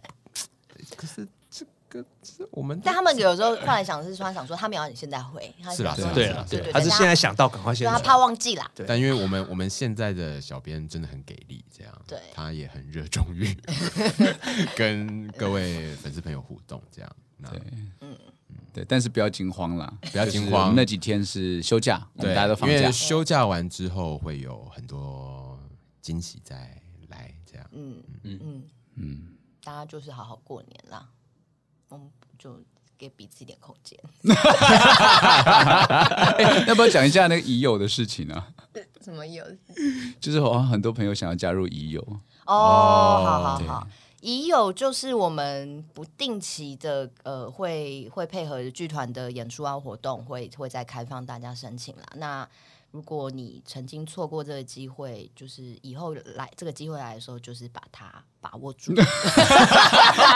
Speaker 1: 可是这个这我们
Speaker 2: 但他们有时候后来想是突然想说，他们要你现在回，他
Speaker 1: 是啦
Speaker 2: 想说
Speaker 1: 是
Speaker 5: 对
Speaker 1: 啦
Speaker 5: 啊，
Speaker 2: 对
Speaker 5: 对
Speaker 2: 对，
Speaker 5: 啊，他是
Speaker 2: 等下
Speaker 5: 现在想到，赶快
Speaker 2: 对
Speaker 5: 现
Speaker 2: 他
Speaker 5: 在
Speaker 2: 怕忘记啦，
Speaker 5: 对
Speaker 1: 但因为我们我们现在的小编真的很给力，这样
Speaker 2: 对
Speaker 1: 他也很热衷于 跟各位粉丝朋友互动，这样那
Speaker 3: 对，对，但是不要惊慌啦，不
Speaker 1: 要惊慌
Speaker 3: 那几天是休假，我
Speaker 1: 对，
Speaker 3: 们 大家都放
Speaker 1: 因
Speaker 3: 假
Speaker 1: 为，休假完之后会有很多惊喜再来，这样
Speaker 2: 嗯嗯嗯，大家就是好好过年啦，我们就给彼此一点空间。
Speaker 3: 要不要讲一下那个已友的事情啊？
Speaker 2: 什么有？
Speaker 3: 就是好像很多朋友想要加入已友，
Speaker 2: 哦，好好好。已有就是我们不定期的，呃，会会配合剧团的演出啊活动，会会再开放大家申请啦。那如果你曾经错过这个机会，就是以后来这个机会来的时候，就是把它把握住。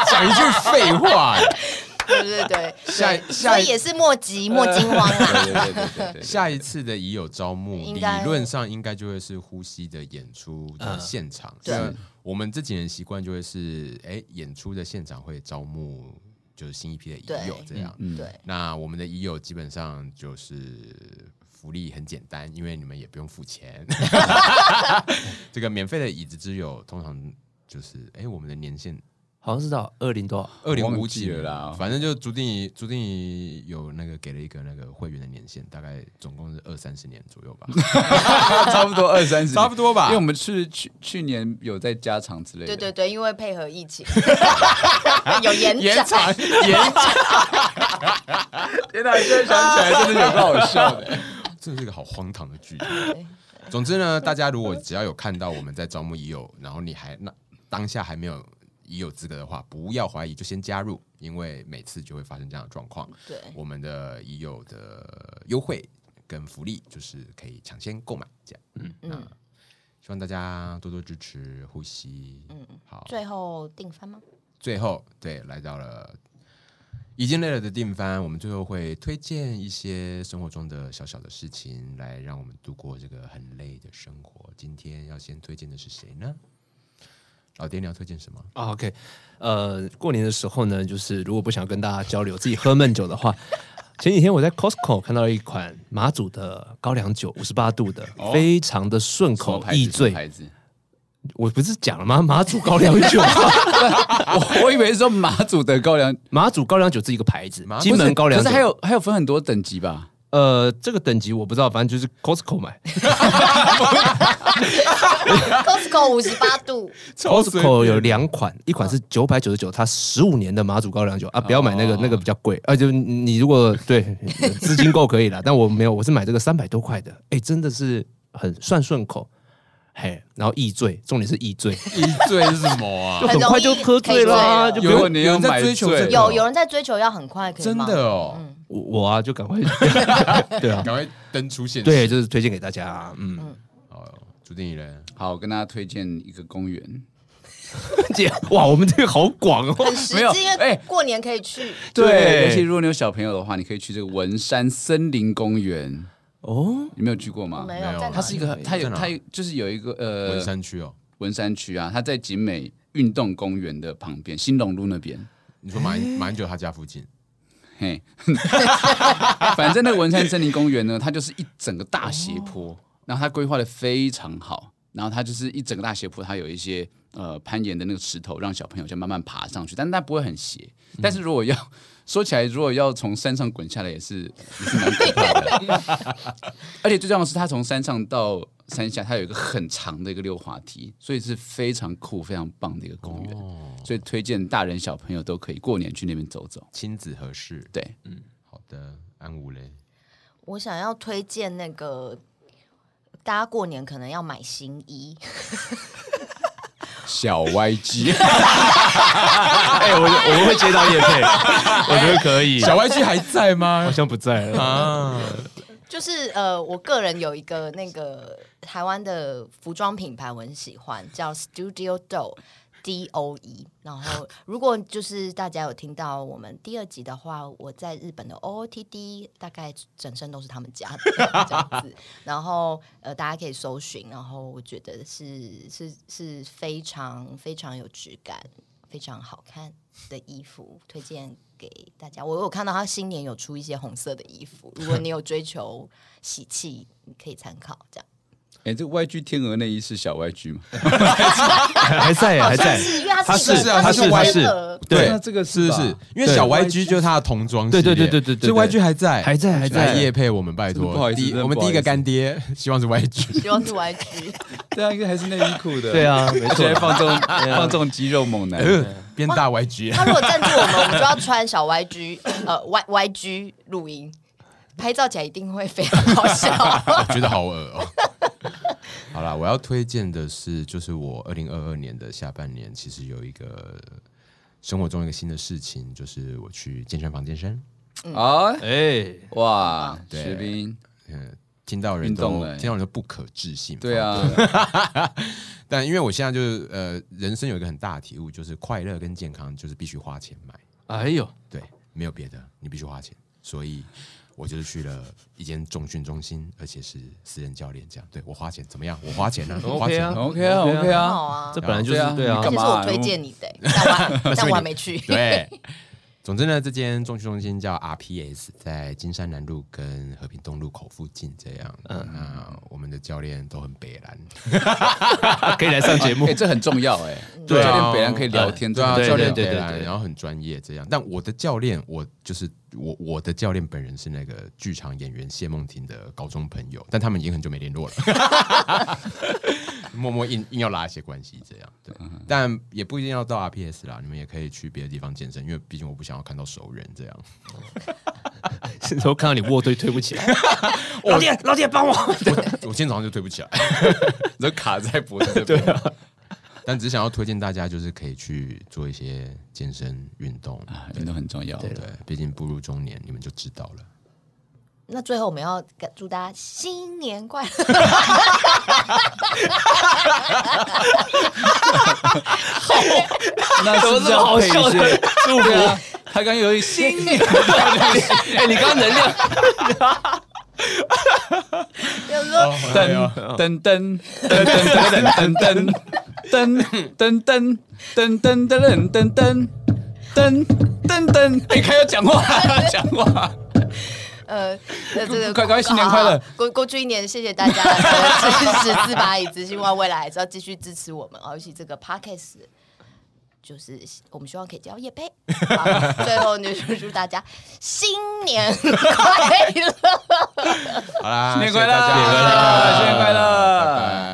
Speaker 1: 讲一句废话。
Speaker 2: 对对对，
Speaker 1: 下
Speaker 2: 对
Speaker 1: 下
Speaker 2: 所以也是莫急莫惊慌 啦。
Speaker 3: 对对对对对，
Speaker 1: 下一次的已有招募，理
Speaker 2: 应该
Speaker 1: 论上应该就会是呼吸的演出
Speaker 3: 嗯
Speaker 1: 的现场。虽
Speaker 2: 对
Speaker 1: 然我们这几年习惯就会是，哎，演出的现场会招募就是新一批的已友
Speaker 2: 对
Speaker 1: 这
Speaker 3: 嗯
Speaker 1: 样。
Speaker 2: 对
Speaker 1: 那我们的已友基本上就是福利很简单，因为你们也不用付 钱。 这个免费的椅子之友，通常就是哎，我们的年限
Speaker 5: 好像是到二零多少？
Speaker 1: 二零五
Speaker 3: 忘
Speaker 1: 几
Speaker 3: 记了
Speaker 1: 年
Speaker 3: 啦
Speaker 1: 反正就朱定仪，朱定仪有那个给了一个那个会员的年限，大概总共是二三十年左右吧，
Speaker 3: 差不多二三十，
Speaker 1: 差不多吧
Speaker 3: 因为。我们是去去年有在加长之类的，
Speaker 2: 对对对，因为配合疫情， 有延
Speaker 1: 延
Speaker 2: 展。
Speaker 1: 长延长，
Speaker 3: 天哪，哎现在想起来真的有个好笑 的。
Speaker 1: 这是一个好荒唐的剧。总之呢，大家如果只要有看到我们在招募已友，然后你还那当下还没有已有资格的话，不要怀疑，就先加入，因为每次就会发生这样的状况。
Speaker 2: 对，
Speaker 1: 我们的已有的优惠跟福利就是可以抢先购买，这样。嗯，那
Speaker 2: 嗯
Speaker 1: 希望大家多多支持呼吸。嗯，好。
Speaker 2: 最后定番吗？
Speaker 1: 最后，对，来到了已经累了的定番，我们最后会推荐一些生活中的小小的事情，来让我们度过这个很累的生活。今天要先推荐的是谁呢？老爹，你要推荐什么？
Speaker 5: 啊，OK，呃，过年的时候呢，就是如果不想跟大家交流，自己喝闷酒的 话，前几天我在 Costco 看到一款马祖的高粱酒，五十八度的，非常的顺
Speaker 3: 哦什么
Speaker 5: 口
Speaker 3: 牌子
Speaker 5: 易
Speaker 3: 什么
Speaker 5: 醉。
Speaker 3: 牌子，
Speaker 5: 我不是讲了吗？马祖高粱 酒、
Speaker 3: 我我以为是说马祖的高粱，
Speaker 5: 马祖高粱酒是一个牌子
Speaker 1: 马，祖
Speaker 5: 金门高粱
Speaker 3: 可
Speaker 5: 酒
Speaker 3: 是还有还有分很多等级吧？
Speaker 5: 呃，这个等级我不知道，反正就是 Costco 买
Speaker 2: Costco 五十八度，
Speaker 5: ，Costco 有两款，一款是九百九十九，它十五年的马祖高粱酒啊，不要买那个，那个比较贵，啊，就你如果对资金够可以啦，但我没有，我是买这个三百多块的，哎，真的是很算顺口，嘿，然后易醉，重点是易醉，
Speaker 1: 一醉是什么 啊？
Speaker 5: 就
Speaker 2: 很
Speaker 5: 很
Speaker 2: 容
Speaker 5: 快
Speaker 2: 易
Speaker 5: 就喝
Speaker 2: 可以
Speaker 5: 醉
Speaker 2: 醉
Speaker 5: 啦，
Speaker 2: 了
Speaker 5: 就不
Speaker 3: 如
Speaker 5: 用
Speaker 3: 果你要
Speaker 1: 有人在
Speaker 3: 买
Speaker 1: 追求
Speaker 3: 醉
Speaker 1: 这个
Speaker 2: 有有人在追求要很快，可以
Speaker 1: 真
Speaker 2: 吗嗯
Speaker 1: 的哦，
Speaker 5: 我我啊就赶快，对啊，
Speaker 1: 赶快登出现
Speaker 5: 对，就是推荐给大家，嗯，
Speaker 1: 哦，朱定一人，
Speaker 3: 好，我跟大家推荐一个公园，
Speaker 5: 姐，哇，我们这个好广哦，
Speaker 2: 很实
Speaker 3: 没有
Speaker 2: 际，因
Speaker 3: 哎
Speaker 2: 为过年可以去。
Speaker 5: 对
Speaker 3: 尤其如果你有小朋友的话，你可以去这个文山森林公园，
Speaker 5: 哦，
Speaker 3: 你没有去过吗？
Speaker 2: 没
Speaker 1: 没有
Speaker 2: 有，在哪里啊
Speaker 3: 它是一个，它有
Speaker 1: 在哪
Speaker 3: 它有就是有一个呃
Speaker 1: 啊文山区哦，
Speaker 3: 文山区啊，它在景美运动公园的旁边，新隆路那边。
Speaker 1: 你说马英马英九他家附近，
Speaker 3: 嘿， 反正那个文山森林公园呢，它就是一整个大斜坡，然后它规划的非常好，然后它就是一整个大斜坡，它有一些呃攀岩的那个石头，让小朋友就慢慢爬上去，但是它不会很斜。但是如果要、说起来，如果要从山上滚下来，也是也是蛮可怕的。而且最重要的是，它从山上到山下，它有一个很长的一个溜滑梯，所以是非常酷、非常棒的一个公园。所以推荐大人小朋友都可以过年去那边走走。
Speaker 1: 亲子合适。
Speaker 3: 对，
Speaker 1: 好的，安武嘞，
Speaker 2: 我想要推荐那个，大家过年可能要买新衣，
Speaker 3: 小歪鸡，
Speaker 5: 哎，我我们会接到叶配，我觉得可以，
Speaker 1: 小 YG 还在
Speaker 5: 好
Speaker 1: 吗？
Speaker 5: 像不在了。
Speaker 1: 啊，
Speaker 2: 就是呃，我个人有一个那个台湾的服装品牌，我很喜欢，叫 Studio Do。D O E，然后如果就是大家有听到我们第二集的话，我在日本的 O O T D 大概整身都是他们家的这样子，然后呃大家可以搜寻，然后我觉得是是是非常非常有质感、非常好看的衣服，推荐给大家。我有看到他新年有出一些红色的衣服，如果你有追求喜气，你可以参考这样。
Speaker 3: 哎，这个 YG 天鹅内衣是小 YG 吗？
Speaker 5: 还在耶，还
Speaker 2: 但
Speaker 5: 在，
Speaker 2: 是因为他
Speaker 5: 他
Speaker 2: 是
Speaker 5: 是
Speaker 1: 啊
Speaker 2: 他
Speaker 1: 他是他
Speaker 2: 天
Speaker 5: 是
Speaker 2: 鹅
Speaker 5: 对
Speaker 3: 那这个
Speaker 1: 是
Speaker 3: 吧
Speaker 1: 是，因为小
Speaker 3: 对
Speaker 1: YG 就是他的童装系
Speaker 5: 对
Speaker 1: 列，
Speaker 5: 对对对对
Speaker 1: 所
Speaker 5: 对
Speaker 1: 以 YG 还在，
Speaker 5: 还在还
Speaker 1: 来
Speaker 5: 在
Speaker 1: 夜配我们拜托，
Speaker 3: 真的不好意思
Speaker 1: 第一
Speaker 3: 真的
Speaker 1: 我们
Speaker 3: 不好
Speaker 1: 第一个
Speaker 3: 意思
Speaker 1: 干爹，希望是 YG。
Speaker 2: 希望是 YG。
Speaker 3: 对啊，应该还是内衣裤的。
Speaker 5: 对，啊，没
Speaker 3: 而且还
Speaker 5: 错。啊
Speaker 3: 放纵 放纵肌肉猛男。
Speaker 1: 变大 YG，
Speaker 2: 他如果赞助我们，我们就要穿小 YG，呃 Y YG 录音，拍照起来一定会非常好笑。
Speaker 1: 我觉得好恶哦。 好啦，我要推荐的是，就是我二零二二年的下半年，其实有一个生活中一个新的事情，就是我去健身房健身。
Speaker 5: 嗯
Speaker 3: 啊，
Speaker 5: 哎，
Speaker 3: 哇，
Speaker 1: 对
Speaker 3: 士兵，
Speaker 1: 嗯，听到人
Speaker 3: 运
Speaker 1: 都
Speaker 3: 动了欸
Speaker 1: 听到人都不可置信。
Speaker 3: 对啊，
Speaker 1: 但因为我现在就是呃，人生有一个很大的体悟，就是快乐跟健康就是必须花钱买，
Speaker 5: 哎呦，
Speaker 1: 对，没有别的，你必须花钱。所以我就是去了一间重训中心，而且是私人教练这样。对我花钱怎么样？我花钱呢、我花
Speaker 5: OK
Speaker 1: 钱、
Speaker 5: 啊
Speaker 3: OK 啊 OK
Speaker 5: 对
Speaker 2: 很
Speaker 3: 啊
Speaker 2: 好，啊
Speaker 5: 这，本来就是
Speaker 3: 对啊
Speaker 5: 对
Speaker 3: 你
Speaker 5: 啊
Speaker 2: 而
Speaker 3: 干
Speaker 2: 且
Speaker 3: 嘛
Speaker 2: 啊是我推荐你的、但我还但我还没去。
Speaker 1: 对，总之呢，这间中区中心叫 RPS，在金山南路跟和平东路口附近这样。嗯，那我们的教练都很北蓝，
Speaker 5: 啊可以来上 节目
Speaker 3: 哎，。这很重要哎。
Speaker 1: 对啊
Speaker 3: 教练北兰可以聊天，
Speaker 1: 对啊，
Speaker 5: 对
Speaker 1: 教练
Speaker 5: 对
Speaker 1: 北
Speaker 5: 对
Speaker 1: 蓝，
Speaker 5: 对
Speaker 1: 然后很专业这样。但我的教练，我就是我我的教练本人是那个剧场演员谢梦婷的高中朋友，但他们已经很久没联络了，默默硬硬要拉一些关系这样。对，但也不一定要到 RPS 啦，你们也可以去别的地方健身，因为毕竟我不想要看到熟人这样。
Speaker 5: 然后看到你卧推推不起来，老铁，老铁帮我。
Speaker 1: 我今天早上就推不起来。
Speaker 5: 啊
Speaker 3: 都卡在脖子这边。
Speaker 1: 但只想要推荐大家，就是可以去做一些健身运动。
Speaker 3: 啊运动很重要。
Speaker 1: 对，毕竟步入中年，你们就知道了。
Speaker 2: 那最后我们要感祝大家新年快乐，
Speaker 3: 那
Speaker 5: 怎么
Speaker 3: 是
Speaker 5: 这么好笑的
Speaker 3: 祝福。啊他刚有一新年，
Speaker 5: 哎，你刚刚能量
Speaker 2: 有时候
Speaker 3: 噔噔噔噔噔噔噔噔噔噔噔噔噔噔噔噔噔噔噔，哎，开要讲话，讲话，
Speaker 2: 呃，这个
Speaker 3: 快快新年快乐！
Speaker 2: 好好过过去一年，谢谢大家的 支持，自拔以资希望未来还是要继续支持我们，哦尤其这个 podcast，就是我们希望可以交业配。好最后呢，就祝大家新年快乐！
Speaker 1: 好啦，
Speaker 3: 新年快乐，
Speaker 1: 谢谢大家
Speaker 3: 新年快乐，
Speaker 1: 拜拜。